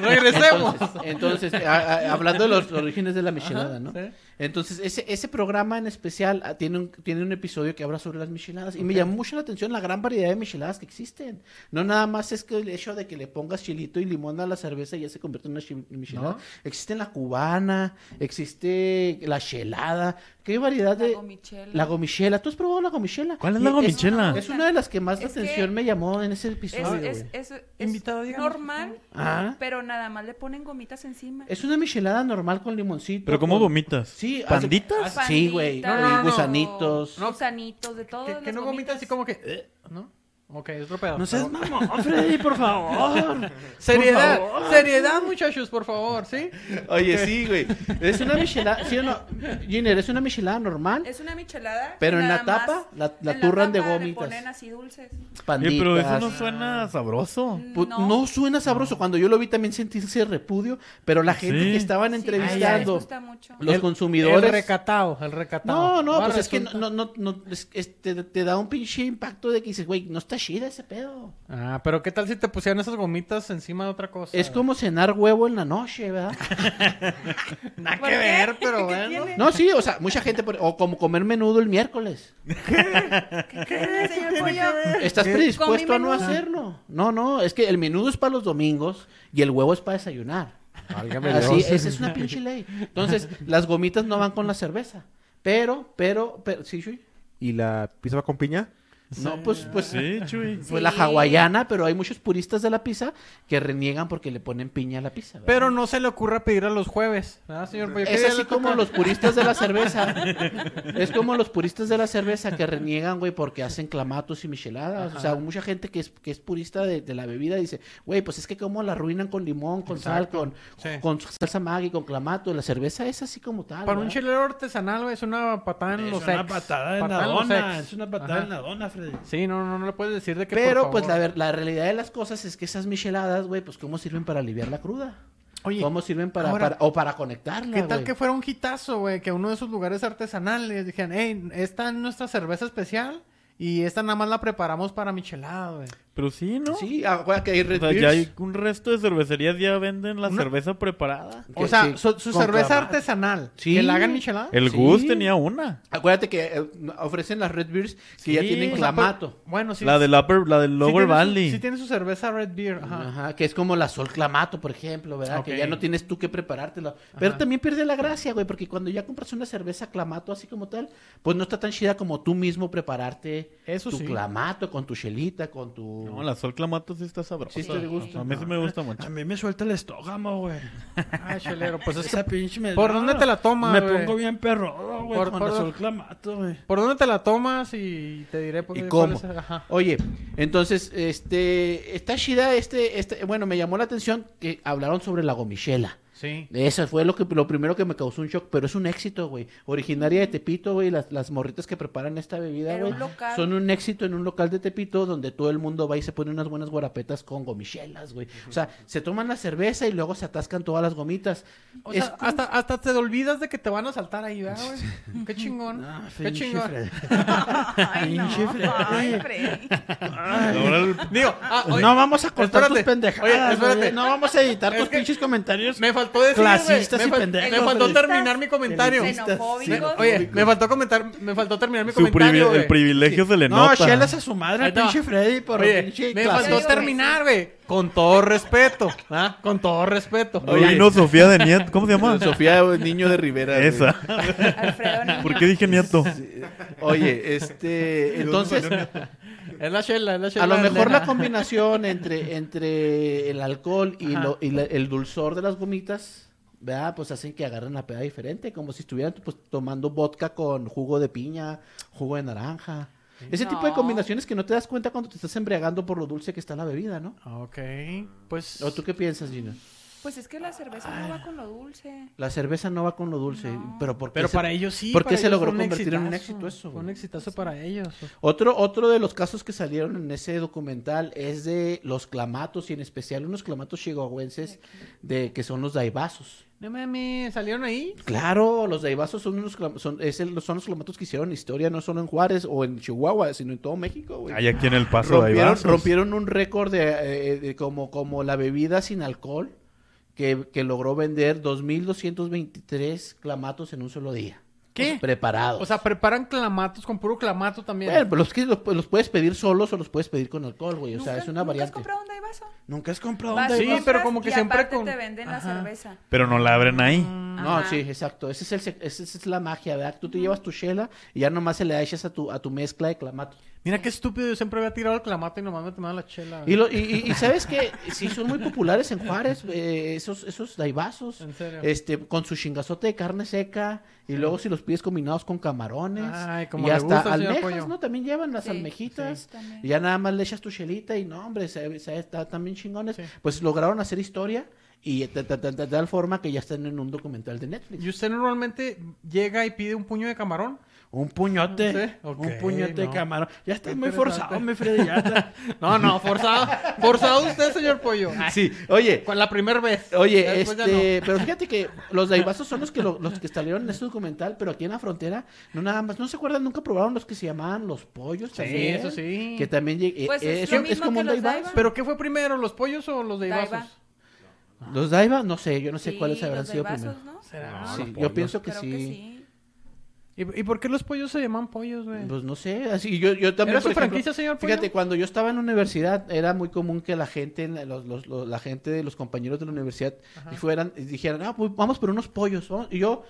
Speaker 1: regresemos.
Speaker 4: entonces a- a- hablando de los orígenes de la michelada, ¿no?
Speaker 1: Sí.
Speaker 4: Entonces, ese, ese programa en especial ah, tiene un, tiene un episodio que habla sobre las micheladas. Y me llamó mucho la atención la gran variedad de micheladas que existen. No nada más es que el hecho de que le pongas chilito y limón a la cerveza y ya se convierte en una chil- michelada. Existe la cubana, existe la chelada. ¿Qué variedad
Speaker 5: La
Speaker 4: de...?
Speaker 5: gomichela.
Speaker 4: La gomichela. ¿Tú has probado la gomichela?
Speaker 3: ¿Cuál es la gomichela?
Speaker 4: Es, una de las que más
Speaker 5: Es que-
Speaker 4: atención me llamó en ese
Speaker 5: Es,
Speaker 4: episodio.
Speaker 5: es,
Speaker 4: güey.
Speaker 5: es- es
Speaker 1: Invitado, díganos.
Speaker 5: normal,
Speaker 4: Ah.
Speaker 5: pero nada más le ponen gomitas encima.
Speaker 4: Es una michelada normal con limoncito.
Speaker 3: Pero ¿cómo
Speaker 4: con-
Speaker 3: gomitas?
Speaker 4: Sí, hace-
Speaker 3: ¿Panditas?
Speaker 5: Panditas,
Speaker 4: Sí, güey.
Speaker 1: No, no, no, no.
Speaker 4: Gusanitos.
Speaker 1: No.
Speaker 5: Gusanitos, de todo.
Speaker 1: Que, que no gomitas así como que. eh, ¿No? Ok, es otro pedo.
Speaker 2: No seas mamón, Freddy, por favor.
Speaker 1: Seriedad,
Speaker 2: Por
Speaker 1: seriedad, muchachos, por favor, ¿sí?
Speaker 4: Oye, sí, güey. Es una michelada, ¿sí o no? Junior, es una michelada normal,
Speaker 5: Es una michelada.
Speaker 4: Pero
Speaker 5: y
Speaker 4: en la
Speaker 5: nada
Speaker 4: tapa,
Speaker 5: más-
Speaker 4: la- la
Speaker 5: en
Speaker 4: turran de
Speaker 5: tapa le
Speaker 4: gomitas.
Speaker 5: ponen así dulces.
Speaker 4: panditas.
Speaker 3: Oye, pero eso no suena sabroso.
Speaker 4: Pu- Pues, no. suena sabroso. Cuando yo lo vi también sentí ese repudio, pero la gente
Speaker 3: Sí.
Speaker 4: que estaban
Speaker 5: Sí,
Speaker 4: entrevistando,
Speaker 5: les gusta mucho.
Speaker 4: los
Speaker 1: El-
Speaker 4: consumidores...
Speaker 1: El recatado, el recatado.
Speaker 4: no, no,
Speaker 1: Va,
Speaker 4: pues es que no,
Speaker 1: resulta-
Speaker 4: no, no, no, es- es- te, te da un pinche impacto de que dices, güey, no está chida ese pedo.
Speaker 1: Ah, pero ¿qué tal si te pusieran esas gomitas encima de otra cosa?
Speaker 4: Es como cenar huevo en la noche, ¿verdad?
Speaker 1: Nada
Speaker 5: ¿Por
Speaker 1: que
Speaker 5: qué?
Speaker 1: ver, pero
Speaker 5: ¿Qué
Speaker 1: bueno.
Speaker 5: tiene?
Speaker 4: No, sí, o sea, mucha gente, por- o como comer menudo el miércoles.
Speaker 5: ¿Qué tiene, señor Pollo?
Speaker 4: ¿Estás predispuesto a no
Speaker 5: menudo?
Speaker 4: hacerlo? No, no, es que el menudo es para los domingos y el huevo es para desayunar.
Speaker 5: Ah,
Speaker 6: Válgame
Speaker 4: Así,
Speaker 6: Dios.
Speaker 4: esa es una pinche ley. Entonces, las gomitas no van con la cerveza. Pero, pero, pero, sí, Shui?
Speaker 6: ¿Y la pizza va con piña?
Speaker 4: No, pues, pues,
Speaker 3: Sí, Chuy.
Speaker 4: pues la
Speaker 5: Sí.
Speaker 4: hawaiana, pero hay muchos puristas de la pizza que reniegan porque le ponen piña a la pizza. ¿verdad?
Speaker 1: Pero no se le ocurra pedir a los jueves, ¿verdad, señor? Pollo?
Speaker 4: Es
Speaker 1: ¿Qué
Speaker 4: así
Speaker 1: le
Speaker 4: como
Speaker 1: toca?
Speaker 4: los puristas de la cerveza. Es como los puristas de la cerveza que reniegan, güey, porque hacen clamatos y micheladas. O sea, mucha gente que es, que es purista de, de la bebida dice, güey, pues es que como la arruinan con limón, con sal, con,
Speaker 1: Sí.
Speaker 4: con salsa maggi, con clamato. La cerveza es así como tal.
Speaker 1: Para un
Speaker 4: ¿verdad?
Speaker 1: chilero artesanal, güey, es una patada en
Speaker 2: Es
Speaker 1: los
Speaker 2: una
Speaker 1: ex.
Speaker 2: patada en la
Speaker 1: Patada los
Speaker 2: dona.
Speaker 1: ex.
Speaker 2: Es una patada
Speaker 1: Ajá.
Speaker 2: en la dona, Freddy.
Speaker 1: Sí, no, no, no le puedes decir de que
Speaker 4: Pero
Speaker 1: por
Speaker 4: pues la,
Speaker 1: favor.
Speaker 4: ver- la realidad de las cosas es que esas micheladas, güey, pues cómo sirven para aliviar la cruda.
Speaker 1: Oye,
Speaker 4: ¿Cómo sirven para,
Speaker 1: ahora-
Speaker 4: para- o para conectarla?
Speaker 1: ¿Qué tal
Speaker 4: güey?
Speaker 1: que fuera un hitazo, güey? Que uno de esos lugares artesanales dijeran, hey, esta es nuestra cerveza especial y esta nada más la preparamos para michelada, güey.
Speaker 3: Pero sí, ¿no?
Speaker 4: Sí, ah, güey, que hay Red
Speaker 3: O sea,
Speaker 4: Beers.
Speaker 3: ya hay un resto de cervecerías ya venden la
Speaker 1: Una-
Speaker 3: cerveza preparada.
Speaker 1: O
Speaker 4: Que-
Speaker 1: sea,
Speaker 4: que-
Speaker 1: su, su
Speaker 4: con
Speaker 1: cerveza
Speaker 4: clamato.
Speaker 1: artesanal.
Speaker 4: Sí.
Speaker 1: Que la hagan michelada.
Speaker 3: El
Speaker 4: Sí.
Speaker 3: Gus tenía una.
Speaker 4: Acuérdate que eh, ofrecen las Red Beers que ya tienen
Speaker 1: O sea,
Speaker 4: clamato.
Speaker 1: pero- bueno, sí.
Speaker 3: la del Upper, la del
Speaker 1: sí
Speaker 3: Lower
Speaker 1: tiene su-
Speaker 3: Valley.
Speaker 1: sí tiene su cerveza Red Beer. Ajá. Ah,
Speaker 4: Ajá, que es como la sol clamato, por ejemplo, ¿verdad? Que
Speaker 1: Ok.
Speaker 4: ya no tienes tú que preparártela. Pero también pierde la gracia, güey, porque cuando ya compras una cerveza clamato así como tal, pues no está tan chida como tú mismo prepararte
Speaker 1: Eso
Speaker 4: tu
Speaker 1: sí.
Speaker 4: clamato con tu chelita, con tu...
Speaker 3: No, la Sol Clamato sí está
Speaker 4: Sí,
Speaker 3: sabrosa.
Speaker 4: te gusta.
Speaker 3: A mí sí me gusta
Speaker 2: A
Speaker 3: mucho.
Speaker 2: mí me suelta el estómago, güey.
Speaker 1: Ay, chelero, pues es que...
Speaker 2: Esa pinche me-
Speaker 1: ¿Por
Speaker 2: no,
Speaker 1: dónde te la tomas,
Speaker 2: Me
Speaker 1: güey?
Speaker 2: pongo bien perro, güey,
Speaker 1: Por-
Speaker 2: con
Speaker 1: por-
Speaker 2: la sol clamato, güey.
Speaker 1: ¿Por dónde te la tomas? Y te diré... por-
Speaker 4: ¿Y
Speaker 1: cuál
Speaker 4: cómo?
Speaker 1: es- Ajá.
Speaker 4: Oye, entonces, este, está chida, este, este, bueno, me llamó la atención que hablaron sobre la gomichela.
Speaker 1: Sí.
Speaker 4: Eso fue lo, que, lo primero que me causó un shock, pero es un éxito, güey. Originaria de Tepito, güey, las, las morritas que preparan esta bebida,
Speaker 5: Era
Speaker 4: güey.
Speaker 5: un local.
Speaker 4: Son un éxito en un local de Tepito donde todo el mundo va y se pone unas buenas guarapetas con gomichelas, güey. O sea, se toman la cerveza y luego se atascan todas las gomitas.
Speaker 1: O
Speaker 4: Es
Speaker 1: sea, hasta, hasta te olvidas de que te van a saltar ahí, ¿verdad, güey? Qué chingón. Qué chingón.
Speaker 5: Ay, no. Ay, Freddy.
Speaker 3: Ahora el-
Speaker 1: Digo, ah, oye,
Speaker 4: no vamos a cortar
Speaker 1: espérate.
Speaker 4: tus pendejadas.
Speaker 1: Oye, espérate.
Speaker 4: güey. No vamos a editar
Speaker 1: Es
Speaker 4: tus
Speaker 1: que-
Speaker 4: pinches comentarios.
Speaker 1: me faltó decir, güey,
Speaker 4: Clasistas
Speaker 1: me
Speaker 4: y
Speaker 1: fal-
Speaker 4: pendejos,
Speaker 1: Me faltó
Speaker 4: güey.
Speaker 1: terminar mi comentario. Me-
Speaker 5: Xenofóbicos.
Speaker 1: oye, me faltó comentar, me faltó terminar mi
Speaker 3: su privi-
Speaker 1: comentario.
Speaker 3: el
Speaker 1: güey.
Speaker 3: privilegio se le
Speaker 4: No,
Speaker 3: nota.
Speaker 4: chelas a su madre,
Speaker 1: Ahí
Speaker 4: al
Speaker 1: te va.
Speaker 4: pinche Freddy, por
Speaker 1: Oye,
Speaker 4: pinche
Speaker 1: me
Speaker 4: clasista.
Speaker 1: faltó terminar, güey. Con todo respeto, ¿ah? Con todo respeto.
Speaker 3: No vino Sofía de Nieto. ¿Cómo se llama?
Speaker 4: Sofía Niño de Rivera. güey.
Speaker 3: Esa.
Speaker 5: Alfredo Niño.
Speaker 3: ¿Por qué dije Nieto?
Speaker 4: Oye, este, entonces,
Speaker 1: Es la chela, es la chela.
Speaker 4: a lo
Speaker 1: de
Speaker 4: mejor
Speaker 1: Elena.
Speaker 4: la combinación entre, entre el alcohol y,
Speaker 1: Ajá.
Speaker 4: lo- y la- el dulzor de las gomitas, ¿verdad? Pues hacen que agarren la peda diferente, como si estuvieran pues, tomando vodka con jugo de piña, jugo de naranja. Ese tipo de
Speaker 5: No.
Speaker 4: combinaciones que no te das cuenta cuando te estás embriagando por lo dulce que está la bebida, ¿no?
Speaker 1: Ok, pues...
Speaker 4: ¿O tú qué piensas, Gina?
Speaker 5: Pues es que la cerveza no va con lo dulce.
Speaker 4: La cerveza no va con lo dulce,
Speaker 5: No.
Speaker 4: pero ¿por qué
Speaker 1: Pero
Speaker 4: se-
Speaker 1: para ellos sí.
Speaker 4: ¿Por
Speaker 1: para
Speaker 4: qué se
Speaker 1: ellos
Speaker 4: logró
Speaker 1: fue un
Speaker 4: convertir en un éxito eso,
Speaker 1: Fue un
Speaker 4: güey?
Speaker 1: exitazo para ellos.
Speaker 4: Otro, otro de los casos que salieron en ese documental es de los clamatos y en especial unos clamatos chihuahuenses de que son los daibazos.
Speaker 1: No mames, salieron ahí.
Speaker 4: Claro, los daibazos son unos clam- son, es el- son los clamatos que hicieron historia no solo en Juárez o en Chihuahua, sino en todo México, güey.
Speaker 3: Hay aquí en el paso de
Speaker 4: rompieron,
Speaker 3: vasos.
Speaker 4: rompieron un récord de, eh, de como, como la bebida sin alcohol que, que logró vender 2.223 clamatos en un solo día.
Speaker 1: ¿Qué?
Speaker 4: Preparados.
Speaker 1: O sea,
Speaker 5: pues,
Speaker 1: preparan clamatos con puro clamato también.
Speaker 4: Bueno, pues los, que los, los puedes pedir solos o los puedes pedir con alcohol, güey. O sea,
Speaker 5: ¿Nunca-
Speaker 4: es una
Speaker 5: ¿Nunca has
Speaker 4: variante.
Speaker 5: comprado un daivaso?
Speaker 4: ¿Nunca has comprado
Speaker 5: Vas,
Speaker 1: Sí,
Speaker 5: compras
Speaker 1: pero como que
Speaker 5: y
Speaker 1: siempre
Speaker 5: aparte
Speaker 1: con-
Speaker 5: te venden
Speaker 1: Ajá.
Speaker 5: la cerveza.
Speaker 3: Pero no la abren ahí.
Speaker 4: No,
Speaker 5: Ajá.
Speaker 4: sí, exacto. Ese es el sec- esa es la magia, ¿verdad? Tú te llevas tu chela y ya nomás se le echas a tu, a tu mezcla de clamato.
Speaker 1: Mira qué estúpido, yo siempre había tirado el clamato y nomás me tomaba la chela.
Speaker 4: Y,
Speaker 1: güey.
Speaker 4: lo, y, y- y sabes que sí son muy populares en Juárez eh, esos, esos daibazos.
Speaker 1: En serio.
Speaker 4: Este, con su chingazote de carne seca y luego si los pides combinados con camarones
Speaker 1: Ay, como
Speaker 4: y
Speaker 1: le
Speaker 4: hasta
Speaker 1: gusta, señor
Speaker 4: almejas,
Speaker 1: Pollo.
Speaker 4: ¿no? También llevan las
Speaker 5: Sí,
Speaker 4: almejitas.
Speaker 5: también.
Speaker 4: Y ya nada más le echas tu chelita y no, hombre, se, se- está también chingones.
Speaker 1: Sí.
Speaker 4: Pues lograron hacer historia y de, de- de- de tal forma que ya están en un documental de Netflix.
Speaker 1: ¿Y usted normalmente llega y pide un puño de camarón?
Speaker 4: Un puñote,
Speaker 1: Sí, ok,
Speaker 4: un puñote
Speaker 1: Ah, no.
Speaker 4: de camarón. Ya está
Speaker 2: Estás
Speaker 4: muy
Speaker 2: muy
Speaker 4: forzado.
Speaker 2: forzado, mi Freddy. Ya está.
Speaker 1: No, no, forzado. forzado usted, señor Pollo. Ay,
Speaker 4: Sí, oye,
Speaker 1: Con la primera vez. Ya
Speaker 4: Oye,
Speaker 1: después ya
Speaker 4: este, pero fíjate que los daibazos son los que lo- los que salieron en este documental, pero aquí en la frontera, no nada más, no se acuerdan, nunca probaron los que se llamaban los pollos
Speaker 1: Sí,
Speaker 4: también?
Speaker 1: eso sí.
Speaker 4: Que también lleg- eh,
Speaker 5: Pues
Speaker 4: eh,
Speaker 5: es
Speaker 4: eso
Speaker 5: lo mismo que los
Speaker 4: daibazo.
Speaker 5: daiba.
Speaker 1: no. ¿Pero qué fue primero, los pollos o los
Speaker 5: Daiba.
Speaker 1: deibazos?
Speaker 4: Los daiba, no sé, yo no sé
Speaker 5: Sí,
Speaker 4: cuáles habrán
Speaker 5: los
Speaker 4: sido
Speaker 5: daibazos,
Speaker 4: primero.
Speaker 5: ¿no?
Speaker 1: ¿Será?
Speaker 4: Sí, yo pienso que
Speaker 5: Creo
Speaker 4: sí.
Speaker 5: que
Speaker 1: Ah.
Speaker 5: sí.
Speaker 1: ¿Y, y por qué los pollos se llaman pollos, güey?
Speaker 4: Pues no sé, así yo, yo también.
Speaker 1: ¿Era su
Speaker 4: por ejemplo,
Speaker 1: franquicia, señor Pollo?
Speaker 4: Fíjate, cuando yo estaba en la universidad, era muy común que la gente, en la- los, los- los- la gente de los compañeros de la universidad, fueran, dijeran, ah, pues vamos por unos pollos, vamos", Y yo,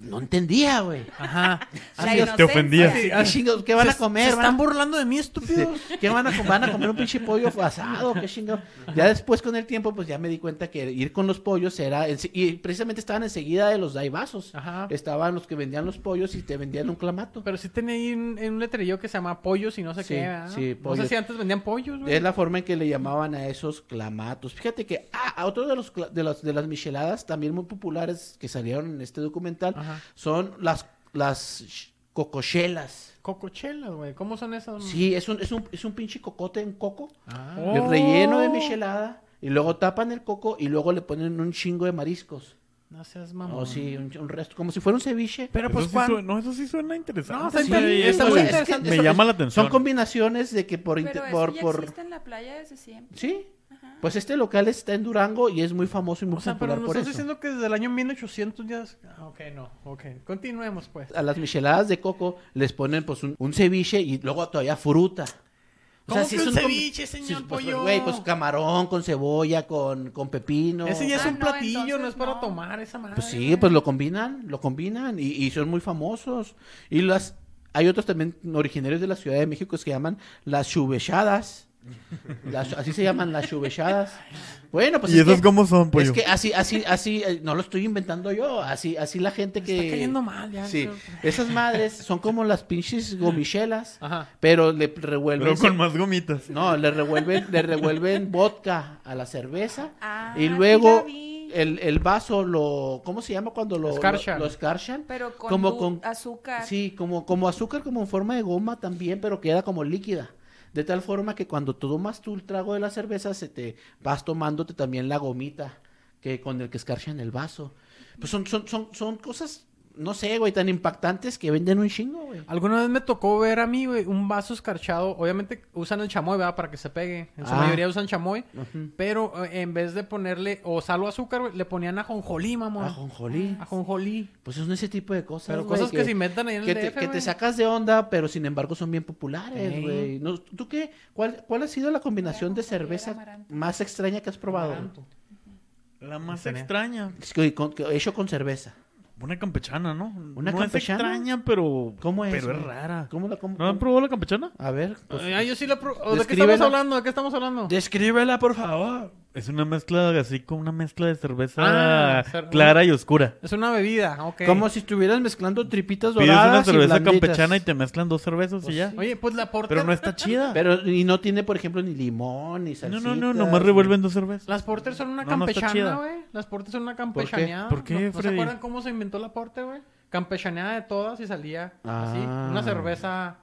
Speaker 4: no entendía, güey.
Speaker 1: Ajá.
Speaker 5: La
Speaker 4: Así,
Speaker 5: inocencia.
Speaker 3: ofendías.
Speaker 4: Ah, Sí, ah, chingos, ¿qué van a
Speaker 1: Se-
Speaker 4: comer?
Speaker 1: Se
Speaker 4: Van a-
Speaker 1: están burlando de mí, estúpido.
Speaker 4: ¿Qué van a comer? ¿Van a comer un pinche pollo asado? ¿Qué chingado? Ya después con el tiempo, pues ya me di cuenta que ir con los pollos era... ense- Y precisamente estaban enseguida de los daibazos.
Speaker 1: Ajá.
Speaker 4: Estaban los que vendían los pollos y te vendían un clamato.
Speaker 1: Pero sí tenía ahí un, en un letrerillo que se llama pollos y no sé
Speaker 4: Sí,
Speaker 1: qué. ¿verdad?
Speaker 4: sí,
Speaker 1: no sé
Speaker 4: pollos.
Speaker 1: si antes vendían pollos, güey.
Speaker 4: Es la forma en que le llamaban a esos clamatos. Fíjate que ah, a otro de los cla- de las de las micheladas también muy populares que salieron en este documental
Speaker 1: Ajá.
Speaker 4: son las las sh- cocochelas.
Speaker 1: Cocochelas, güey. ¿Cómo son esas?
Speaker 4: Sí, es un, es un es un pinche cocote en coco,
Speaker 1: Ah.
Speaker 4: el relleno de michelada y luego tapan el coco y luego le ponen un chingo de mariscos.
Speaker 1: No seas
Speaker 4: O
Speaker 1: mamón.
Speaker 4: sí, un, un resto como si fuera un ceviche.
Speaker 1: Pero
Speaker 3: Eso
Speaker 1: pues
Speaker 3: sí
Speaker 1: cuando...
Speaker 3: suena- no, eso sí suena interesante.
Speaker 1: No, está
Speaker 3: Sí,
Speaker 1: inter-
Speaker 3: güey.
Speaker 1: está muy
Speaker 4: güey,
Speaker 1: interesante.
Speaker 4: es que
Speaker 3: Me
Speaker 4: eso-
Speaker 3: llama la atención.
Speaker 4: Son combinaciones de que por
Speaker 5: Pero
Speaker 4: inte-
Speaker 5: eso
Speaker 4: por
Speaker 5: ya
Speaker 4: por
Speaker 5: existe en la playa desde siempre.
Speaker 4: sí.
Speaker 5: Ajá.
Speaker 4: Pues este local está en Durango y es muy famoso y muy
Speaker 1: O sea, pero
Speaker 4: popular
Speaker 1: nos
Speaker 4: por
Speaker 1: estás
Speaker 4: eso.
Speaker 1: diciendo que desde el año 1800 ya... es- Ah, ok, no. Ok. Continuemos, pues.
Speaker 4: a las micheladas de coco les ponen pues un, un ceviche y luego todavía fruta. O
Speaker 1: ¿Cómo
Speaker 4: sí
Speaker 1: que
Speaker 4: es
Speaker 1: un
Speaker 4: com-
Speaker 1: ceviche,
Speaker 4: sí,
Speaker 1: señor
Speaker 4: pues,
Speaker 1: pollo?
Speaker 4: Güey, pues camarón con cebolla, con, con pepino.
Speaker 1: Ese ya es
Speaker 5: Ah,
Speaker 1: un
Speaker 5: no,
Speaker 1: platillo, no, es
Speaker 5: entonces
Speaker 1: para
Speaker 5: no.
Speaker 1: tomar esa madre.
Speaker 4: Pues sí,
Speaker 1: güey.
Speaker 4: pues lo combinan, lo combinan y, y son muy famosos. Y las hay otros también originarios de la Ciudad de México que se llaman las chubechadas. Las- así se llaman las chubechadas. Bueno, pues
Speaker 3: ¿Y
Speaker 4: es
Speaker 3: esos
Speaker 4: que-
Speaker 3: cómo son, pollo?
Speaker 4: es que así, así, así, eh, no lo estoy inventando yo, así, así la gente que...
Speaker 1: Está cayendo mal, ya.
Speaker 4: Sí,
Speaker 1: creo.
Speaker 4: esas madres son como las pinches gomichelas,
Speaker 1: Ajá.
Speaker 4: pero le revuelven...
Speaker 3: Pero con más gomitas.
Speaker 4: No, le revuelven, le revuelven vodka a la cerveza
Speaker 5: Ah,
Speaker 4: y
Speaker 5: sí
Speaker 4: luego eh,
Speaker 5: la vi.
Speaker 4: el, el vaso lo... ¿Cómo se llama cuando lo...
Speaker 1: Escarchan.
Speaker 4: Lo, lo escarchan?
Speaker 5: Pero con,
Speaker 4: como
Speaker 5: du-
Speaker 4: con-
Speaker 5: azúcar.
Speaker 4: Sí, como, como azúcar, como en forma de goma también, pero queda como líquida. De tal forma que cuando tú tomas tú el trago de la cerveza, se te vas tomándote también la gomita que con el que escarchan el vaso. Pues son, son, son, son cosas, no sé, güey, tan impactantes que venden un chingo, güey.
Speaker 1: Alguna vez me tocó ver a mí, güey, un vaso escarchado. Obviamente usan el chamoy, ¿verdad? Para que se pegue. En su
Speaker 4: Ah.
Speaker 1: mayoría usan chamoy.
Speaker 4: Ujú.
Speaker 1: Pero eh, en vez de ponerle o sal o azúcar, güey, le ponían ajonjolí, mamón.
Speaker 4: Ajonjolí.
Speaker 1: Ajonjolí.
Speaker 4: Pues son ese tipo de cosas,
Speaker 1: Pero
Speaker 4: güey,
Speaker 1: cosas que, se inventan ahí en el
Speaker 4: que te,
Speaker 1: DF,
Speaker 4: que te
Speaker 1: güey.
Speaker 4: sacas de onda, pero sin embargo son bien populares,
Speaker 1: Ey.
Speaker 4: güey. No, ¿Tú qué? ¿Cuál, ¿Cuál ha sido la combinación de
Speaker 5: Era como
Speaker 4: cerveza
Speaker 5: era amaranto.
Speaker 4: más extraña que has probado? güey?
Speaker 1: Amaranto.
Speaker 3: La más
Speaker 1: Tenía.
Speaker 3: extraña.
Speaker 4: Es que con- que hecho con cerveza.
Speaker 3: Una campechana, ¿no?
Speaker 4: ¿Una
Speaker 3: no
Speaker 4: campechana?
Speaker 3: es extraña, pero.
Speaker 4: ¿Cómo es,
Speaker 3: Pero es
Speaker 4: güey?
Speaker 3: rara.
Speaker 4: ¿Cómo la cómo-
Speaker 3: ¿No han
Speaker 4: cómo?
Speaker 3: probado la campechana?
Speaker 4: A ver. pues,
Speaker 1: Ah, yo sí la pro- ¿O ¿De qué
Speaker 4: Descríbela.
Speaker 1: estamos hablando? ¿De qué estamos hablando?
Speaker 2: Descríbela, por favor.
Speaker 3: Es una mezcla así con una mezcla de cerveza
Speaker 1: Ah, cer-
Speaker 3: clara y oscura.
Speaker 1: Es una bebida, ok.
Speaker 4: Como si estuvieras mezclando tripitas
Speaker 3: Pides una
Speaker 4: doradas y
Speaker 3: cerveza
Speaker 4: blanditas.
Speaker 3: campechana y te mezclan dos cervezas y ya.
Speaker 1: Oye, pues la porter...
Speaker 3: Pero no está chida.
Speaker 4: Pero y no tiene, por ejemplo, ni limón, ni
Speaker 3: No,
Speaker 4: salsita.
Speaker 3: no, no, nomás revuelven dos cervezas.
Speaker 1: Las porter son una
Speaker 3: No, no está
Speaker 1: campechana,
Speaker 3: chida.
Speaker 1: güey. Las porter son una campechaneada.
Speaker 3: ¿Por qué,
Speaker 1: ¿No- ¿No se
Speaker 3: Freddy?
Speaker 1: acuerdan cómo se inventó la porter, güey? Campechaneada de todas y salía así.
Speaker 4: Ah.
Speaker 1: Una cerveza...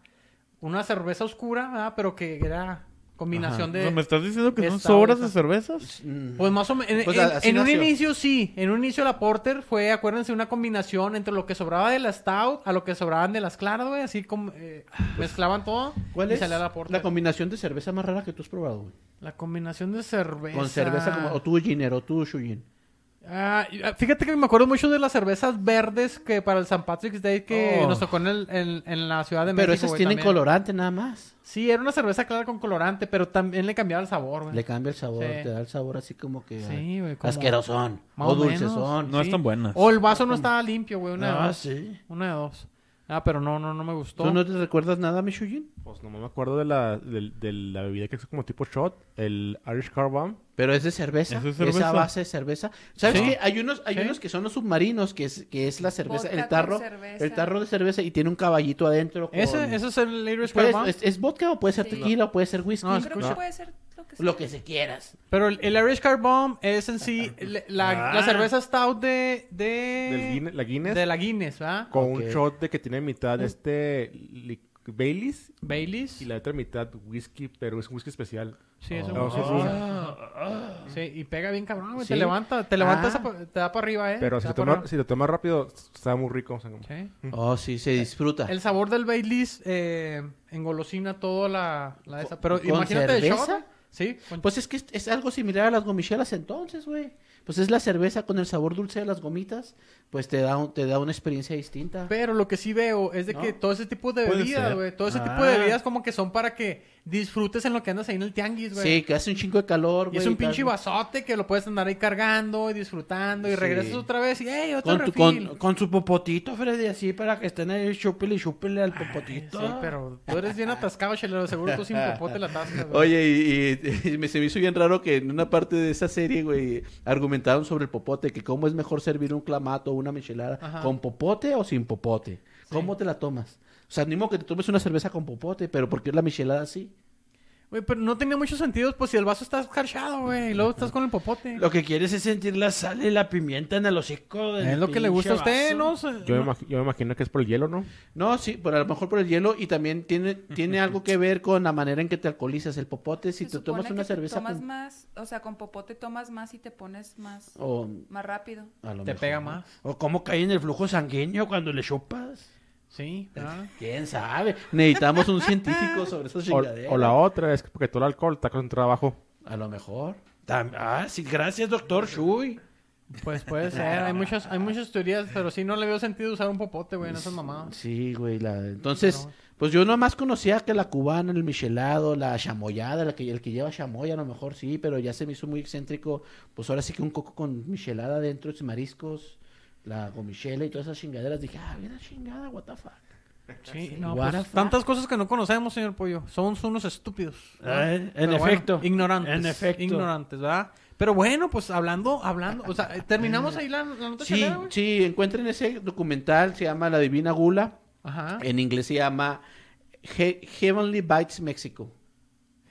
Speaker 1: Una cerveza oscura, ¿verdad? Pero que era combinación
Speaker 3: Ajá.
Speaker 1: de...
Speaker 3: O sea, ¿Me estás diciendo que son
Speaker 1: Esta
Speaker 3: sobras
Speaker 1: otra.
Speaker 3: de cervezas?
Speaker 4: Mm.
Speaker 1: Pues más o menos. En,
Speaker 4: Pues,
Speaker 1: en-
Speaker 4: así
Speaker 1: en un
Speaker 4: nació.
Speaker 1: inicio sí. En un inicio la Porter fue, acuérdense, una combinación entre lo que sobraba de la Stout a lo que sobraban de las claras, güey. Así como eh,
Speaker 3: Pues,
Speaker 1: mezclaban todo.
Speaker 4: ¿Cuál
Speaker 1: y
Speaker 4: es
Speaker 1: salía
Speaker 4: la,
Speaker 1: la Porter. La,
Speaker 4: combinación de cerveza más rara que tú has probado, güey?
Speaker 1: combinación de cerveza.
Speaker 4: Con cerveza como... O tú, Giner, o tú, Shujin.
Speaker 1: Ah, y- ah, fíjate que me acuerdo mucho de las cervezas verdes que para el San Patrick's Day que
Speaker 3: Oh.
Speaker 1: nos tocó en, el- en- en la Ciudad de México.
Speaker 4: Pero esas
Speaker 1: güey,
Speaker 4: tienen
Speaker 1: también.
Speaker 4: colorante nada más.
Speaker 1: Sí, era una cerveza clara con colorante, pero también le cambiaba el sabor, güey.
Speaker 4: Le cambia el sabor,
Speaker 1: Sí.
Speaker 4: te da el sabor así como que...
Speaker 1: Sí, güey. como-
Speaker 4: Asquerosón.
Speaker 1: Más
Speaker 4: O
Speaker 1: o menos.
Speaker 4: dulcesón.
Speaker 3: No
Speaker 1: Sí.
Speaker 3: están buenas.
Speaker 1: O el vaso no estaba limpio, güey. Una de
Speaker 4: Ah,
Speaker 1: dos.
Speaker 4: sí.
Speaker 1: Una de dos. Ah, pero no, no, no me gustó.
Speaker 4: ¿Tú no te recuerdas nada, mi Shujin?
Speaker 6: Pues no me acuerdo de la, de, de la bebida que es como tipo shot, el Irish Car Bomb.
Speaker 4: Pero es de cerveza,
Speaker 3: Eso es
Speaker 4: esa
Speaker 3: cerveza.
Speaker 4: base de cerveza. ¿Sabes
Speaker 1: Sí.
Speaker 4: qué? Hay unos hay
Speaker 1: Sí.
Speaker 4: unos que son los submarinos que es que es la cerveza,
Speaker 5: Vodka
Speaker 4: el
Speaker 5: con
Speaker 4: tarro,
Speaker 5: cerveza.
Speaker 4: el tarro de cerveza y tiene un caballito adentro con-
Speaker 1: Ese, ese es el Irish Car
Speaker 4: Puedes-
Speaker 1: Bomb.
Speaker 4: Pues, es, es vodka o puede ser
Speaker 5: Sí.
Speaker 4: tequila o puede ser whisky,
Speaker 1: No,
Speaker 5: Yo Creo que
Speaker 6: escucha.
Speaker 5: puede ser lo que sea.
Speaker 4: lo que se quieras.
Speaker 1: Pero el, el Irish Car Bomb es en sí le- la, la cerveza stout de,
Speaker 6: Ah. Del
Speaker 1: de,
Speaker 6: Guinness, la Guinness.
Speaker 1: Eh, de la Mm. Guinness, ¿verdad?
Speaker 6: Con
Speaker 4: Ok.
Speaker 6: un shot de que tiene mitad este li- Baileys
Speaker 1: Baileys.
Speaker 6: y la otra mitad whisky, pero es un whisky especial.
Speaker 1: Sí, eso
Speaker 6: Oh.
Speaker 1: sí, sí, y pega bien cabrón, güey. Te levanta, te levanta,
Speaker 4: Ah.
Speaker 1: esa pa- te da para arriba, ¿eh?
Speaker 6: Pero
Speaker 1: Te
Speaker 6: si
Speaker 1: da
Speaker 6: lo,
Speaker 1: pa'
Speaker 6: tomas,
Speaker 1: arriba.
Speaker 6: si lo tomas rápido, está muy rico. o sea, como-
Speaker 1: Sí.
Speaker 4: Oh, sí, se disfruta.
Speaker 1: El sabor del Baileys eh, engolosina toda la, la esa. Pero
Speaker 4: ¿Con
Speaker 1: imagínate de shot.
Speaker 4: cerveza?
Speaker 1: güey. Sí, con-
Speaker 4: Pues es que es, es algo similar a las gomichelas entonces, güey. pues es la cerveza con el sabor dulce de las gomitas, pues te da, un- te da una experiencia distinta.
Speaker 1: Pero lo que sí veo es de
Speaker 4: ¿No?
Speaker 1: que todo ese tipo de
Speaker 3: Puede
Speaker 1: bebidas,
Speaker 3: ser.
Speaker 1: güey. Todo ese
Speaker 4: Ah.
Speaker 1: tipo de bebidas como que son para que disfrutes en lo que andas ahí en el tianguis, güey.
Speaker 4: Sí, que hace un chingo de calor,
Speaker 1: Y
Speaker 4: güey.
Speaker 1: es un
Speaker 4: tal,
Speaker 1: pinche
Speaker 4: ¿no?
Speaker 1: vasote que lo puedes andar ahí cargando y disfrutando y
Speaker 4: Sí.
Speaker 1: regresas otra vez y ¡ey, otro
Speaker 4: Con, tu-
Speaker 1: refil!
Speaker 4: con- con su popotito, Freddy, así para que estén ahí chúpele y chúpele al popotito.
Speaker 1: Sí, pero tú eres bien atascado, chelero. Seguro tú sin popote la atascas, güey.
Speaker 4: Oye, y, y- y me, se me hizo bien raro que en una parte de esa serie, güey, argumentaron sobre el popote, que cómo es mejor servir un clamato o una michelada,
Speaker 1: Ajá.
Speaker 4: con popote o sin popote. ¿Cómo te la tomas? O sea, animo que te tomes una cerveza con popote, pero ¿por qué la michelada así?
Speaker 1: Güey, pero no tenía mucho sentido, pues si el vaso está escarchado, güey. Y luego estás con el popote.
Speaker 2: Lo que quieres es sentir la sal y la pimienta en el hocico. del
Speaker 1: Es lo que le gusta a
Speaker 2: pinche
Speaker 1: usted, ¿no?
Speaker 2: vaso.
Speaker 1: Se-
Speaker 6: Yo, me imag- yo me imagino que es por el hielo, ¿no?
Speaker 4: No, sí, pero a lo mejor por el hielo y también tiene, tiene algo que ver con la manera en que te alcoholizas. El popote, si
Speaker 5: Se
Speaker 4: te tomas
Speaker 5: supone
Speaker 4: una
Speaker 5: que te
Speaker 4: cerveza
Speaker 5: tomas
Speaker 4: con... Oh.
Speaker 5: más, o sea, con popote tomas más y te pones más,
Speaker 4: o-
Speaker 5: más rápido.
Speaker 4: a lo
Speaker 1: Te
Speaker 4: mejor,
Speaker 1: pega
Speaker 4: ¿no?
Speaker 1: más.
Speaker 2: O cómo cae en el flujo sanguíneo cuando le chupas.
Speaker 1: Sí, ah.
Speaker 4: ¿Quién sabe? Necesitamos un científico sobre esas
Speaker 6: O,
Speaker 4: chingaderas.
Speaker 6: o la otra es que porque todo el alcohol está concentrado abajo.
Speaker 4: A lo mejor.
Speaker 2: Tam- Ah, sí, gracias, doctor Shui.
Speaker 1: Pues puede ser. Hay muchas, hay muchas teorías, pero sí no le veo sentido usar un popote, güey, en esas mamadas.
Speaker 4: Sí, güey. la- Entonces,
Speaker 1: Pero-
Speaker 4: pues yo nomás conocía que la cubana, el michelado, la chamoyada, la que, el que lleva chamoya, a lo mejor sí, pero ya se me hizo muy excéntrico. Pues ahora sí que un coco con michelada adentro, sus mariscos, la gomichela y todas esas chingaderas. Dije, ah, mira chingada, what the fuck.
Speaker 1: Sí, no, pues,
Speaker 4: What the fuck.
Speaker 1: tantas cosas que no conocemos, señor Pollo. Somos unos estúpidos. ¿no?
Speaker 2: Ah, en
Speaker 1: Pero bueno,
Speaker 2: efecto.
Speaker 1: ignorantes.
Speaker 2: En efecto.
Speaker 1: Ignorantes, ¿verdad? Pero bueno, pues hablando, hablando. O sea, eh, terminamos ahí la, la nota
Speaker 4: Sí,
Speaker 1: chelera, güey?
Speaker 4: sí, encuentren ese documental, se llama La Divina Gula.
Speaker 1: Ajá.
Speaker 4: En inglés se llama He- Heavenly Bites Mexico.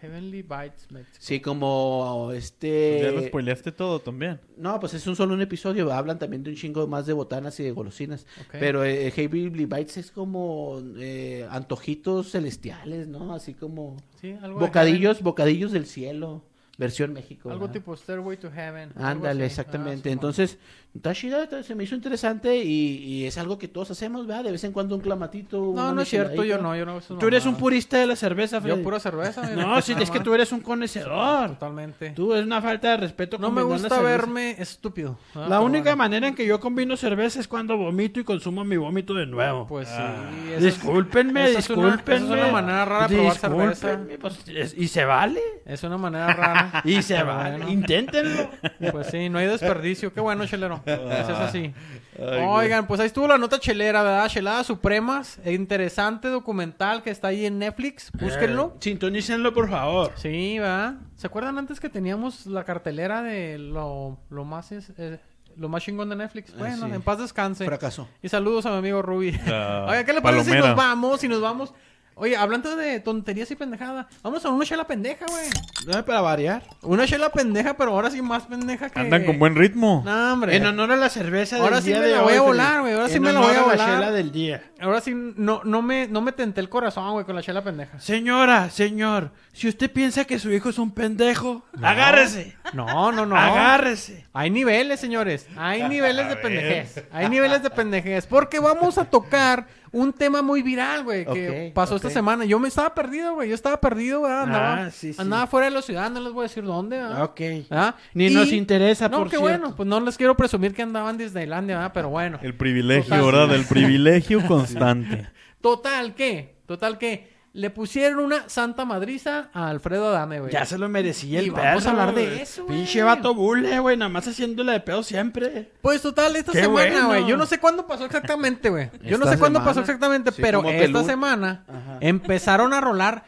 Speaker 1: Heavenly Bites Mexico.
Speaker 4: Sí, como
Speaker 3: Pues
Speaker 1: Pues
Speaker 3: Ya lo
Speaker 4: este.
Speaker 3: spoileaste todo también.
Speaker 4: No, pues es un solo un episodio. Hablan también de un chingo más de botanas y de golosinas.
Speaker 1: Ok.
Speaker 4: Pero eh, Heavenly Bites es como eh, antojitos celestiales, ¿no? Así como
Speaker 1: Sí, algo de
Speaker 4: bocadillos, bocadillos del cielo, versión México.
Speaker 1: heaven. Algo
Speaker 4: ¿verdad?
Speaker 1: tipo Stairway to Heaven. algo
Speaker 4: Ándale,
Speaker 1: así.
Speaker 4: exactamente.
Speaker 1: Ah, sí,
Speaker 4: Entonces, está chida, está- se me hizo interesante y, y es algo que todos hacemos, ¿verdad? De vez en cuando un clamatito.
Speaker 1: No,
Speaker 4: una
Speaker 1: no es cierto, yo
Speaker 4: micheladita.
Speaker 1: no, yo no. eso
Speaker 2: Tú eres un
Speaker 1: mamadas.
Speaker 2: purista de la cerveza, Freddy.
Speaker 1: Yo pura cerveza, mira,
Speaker 2: No, sí,
Speaker 1: nada
Speaker 2: es que
Speaker 1: más.
Speaker 2: tú eres un conocedor.
Speaker 1: Totalmente.
Speaker 2: Tú es una falta de respeto.
Speaker 1: No me
Speaker 2: combinar la
Speaker 1: gusta
Speaker 2: cerveza.
Speaker 1: verme estúpido. Ah,
Speaker 2: La
Speaker 1: pero
Speaker 2: única
Speaker 1: bueno.
Speaker 2: manera en que yo combino cerveza es cuando vomito y consumo mi vómito de nuevo.
Speaker 1: Pues sí.
Speaker 2: Ah,
Speaker 1: esa es-
Speaker 2: discúlpenme,
Speaker 1: esa es una-
Speaker 2: discúlpenme.
Speaker 1: esa es una manera rara de probar cerveza.
Speaker 2: Discúlpenme, pues, es- y se vale.
Speaker 1: Es una manera rara.
Speaker 2: Y se
Speaker 1: Pero
Speaker 2: vale.
Speaker 1: bueno.
Speaker 2: Inténtenlo.
Speaker 1: Pues sí, no hay desperdicio. Qué bueno, chelero.
Speaker 2: Ah.
Speaker 1: Pues es así.
Speaker 3: Ay,
Speaker 1: Oigan, pues ahí estuvo la nota chelera, ¿verdad? Cheladas Supremas. Interesante documental que está ahí en Netflix. Búsquenlo.
Speaker 2: Sintonícenlo, por favor.
Speaker 1: Sí, ¿verdad? ¿Se acuerdan antes que teníamos la cartelera de lo, lo más es- eh, lo más chingón de Netflix? Bueno,
Speaker 4: sí.
Speaker 1: en paz descanse.
Speaker 4: Fracasó.
Speaker 1: Y saludos a mi amigo Ruby.
Speaker 3: Ah,
Speaker 1: Oiga, ¿qué le parece si
Speaker 3: palomera.
Speaker 1: nos vamos? Si nos vamos. Oye, hablando de tonterías y pendejada, vamos a una chela pendeja, güey.
Speaker 4: No, eh, para variar.
Speaker 1: Una chela pendeja, pero ahora sí más pendeja que.
Speaker 3: Andan con buen ritmo.
Speaker 1: No, hombre.
Speaker 2: En honor a la cerveza
Speaker 1: Ahora
Speaker 2: del
Speaker 1: sí
Speaker 2: día
Speaker 1: me
Speaker 2: de
Speaker 1: la voy
Speaker 2: hoy,
Speaker 1: a
Speaker 2: Felipe.
Speaker 1: volar, güey. Ahora sí
Speaker 2: En
Speaker 1: me la voy
Speaker 2: honor
Speaker 1: a
Speaker 2: la
Speaker 1: volar.
Speaker 2: chela del día.
Speaker 1: Ahora sí no, no me, no me tenté el corazón, güey, con la chela pendeja.
Speaker 2: Señora, señor, si usted piensa que su hijo es un pendejo, agárrese.
Speaker 1: No, no, no.
Speaker 2: Agárrese.
Speaker 1: Hay niveles, señores. Hay niveles de
Speaker 3: ver.
Speaker 1: pendejez. Hay niveles de pendejez. Porque vamos a tocar un tema muy viral, güey, que
Speaker 4: Ok,
Speaker 1: pasó
Speaker 4: ok.
Speaker 1: esta semana. Yo me estaba perdido, güey. Yo estaba perdido, güey. Andaba,
Speaker 2: Ah, sí, sí.
Speaker 1: andaba fuera de la ciudad. No les voy a decir dónde, ¿verdad?
Speaker 2: Ok.
Speaker 1: ¿Verdad?
Speaker 2: Ni nos interesa,
Speaker 1: No,
Speaker 2: por
Speaker 1: qué
Speaker 2: cierto.
Speaker 1: bueno. Pues no les quiero presumir que andaba en Disneylandia, ¿verdad? Pero bueno.
Speaker 3: El privilegio,
Speaker 1: Total.
Speaker 3: ¿verdad? El privilegio constante.
Speaker 1: Total que, total que, le pusieron una santa madriza a Alfredo Adame, güey.
Speaker 2: Ya se lo merecía el
Speaker 1: Y vamos a
Speaker 2: perro,
Speaker 1: hablar de
Speaker 2: güey.
Speaker 1: eso,
Speaker 2: Pinche
Speaker 1: güey.
Speaker 2: vato bule, güey, nada más haciéndole de pedo siempre.
Speaker 1: Pues total, esta
Speaker 2: Qué
Speaker 1: semana,
Speaker 2: bueno.
Speaker 1: güey. Yo no sé cuándo pasó exactamente, güey. Yo no
Speaker 4: Esta
Speaker 1: sé cuándo
Speaker 4: semana.
Speaker 1: pasó exactamente,
Speaker 4: Sí,
Speaker 1: pero
Speaker 4: como
Speaker 1: esta
Speaker 4: pelún.
Speaker 1: semana empezaron a rolar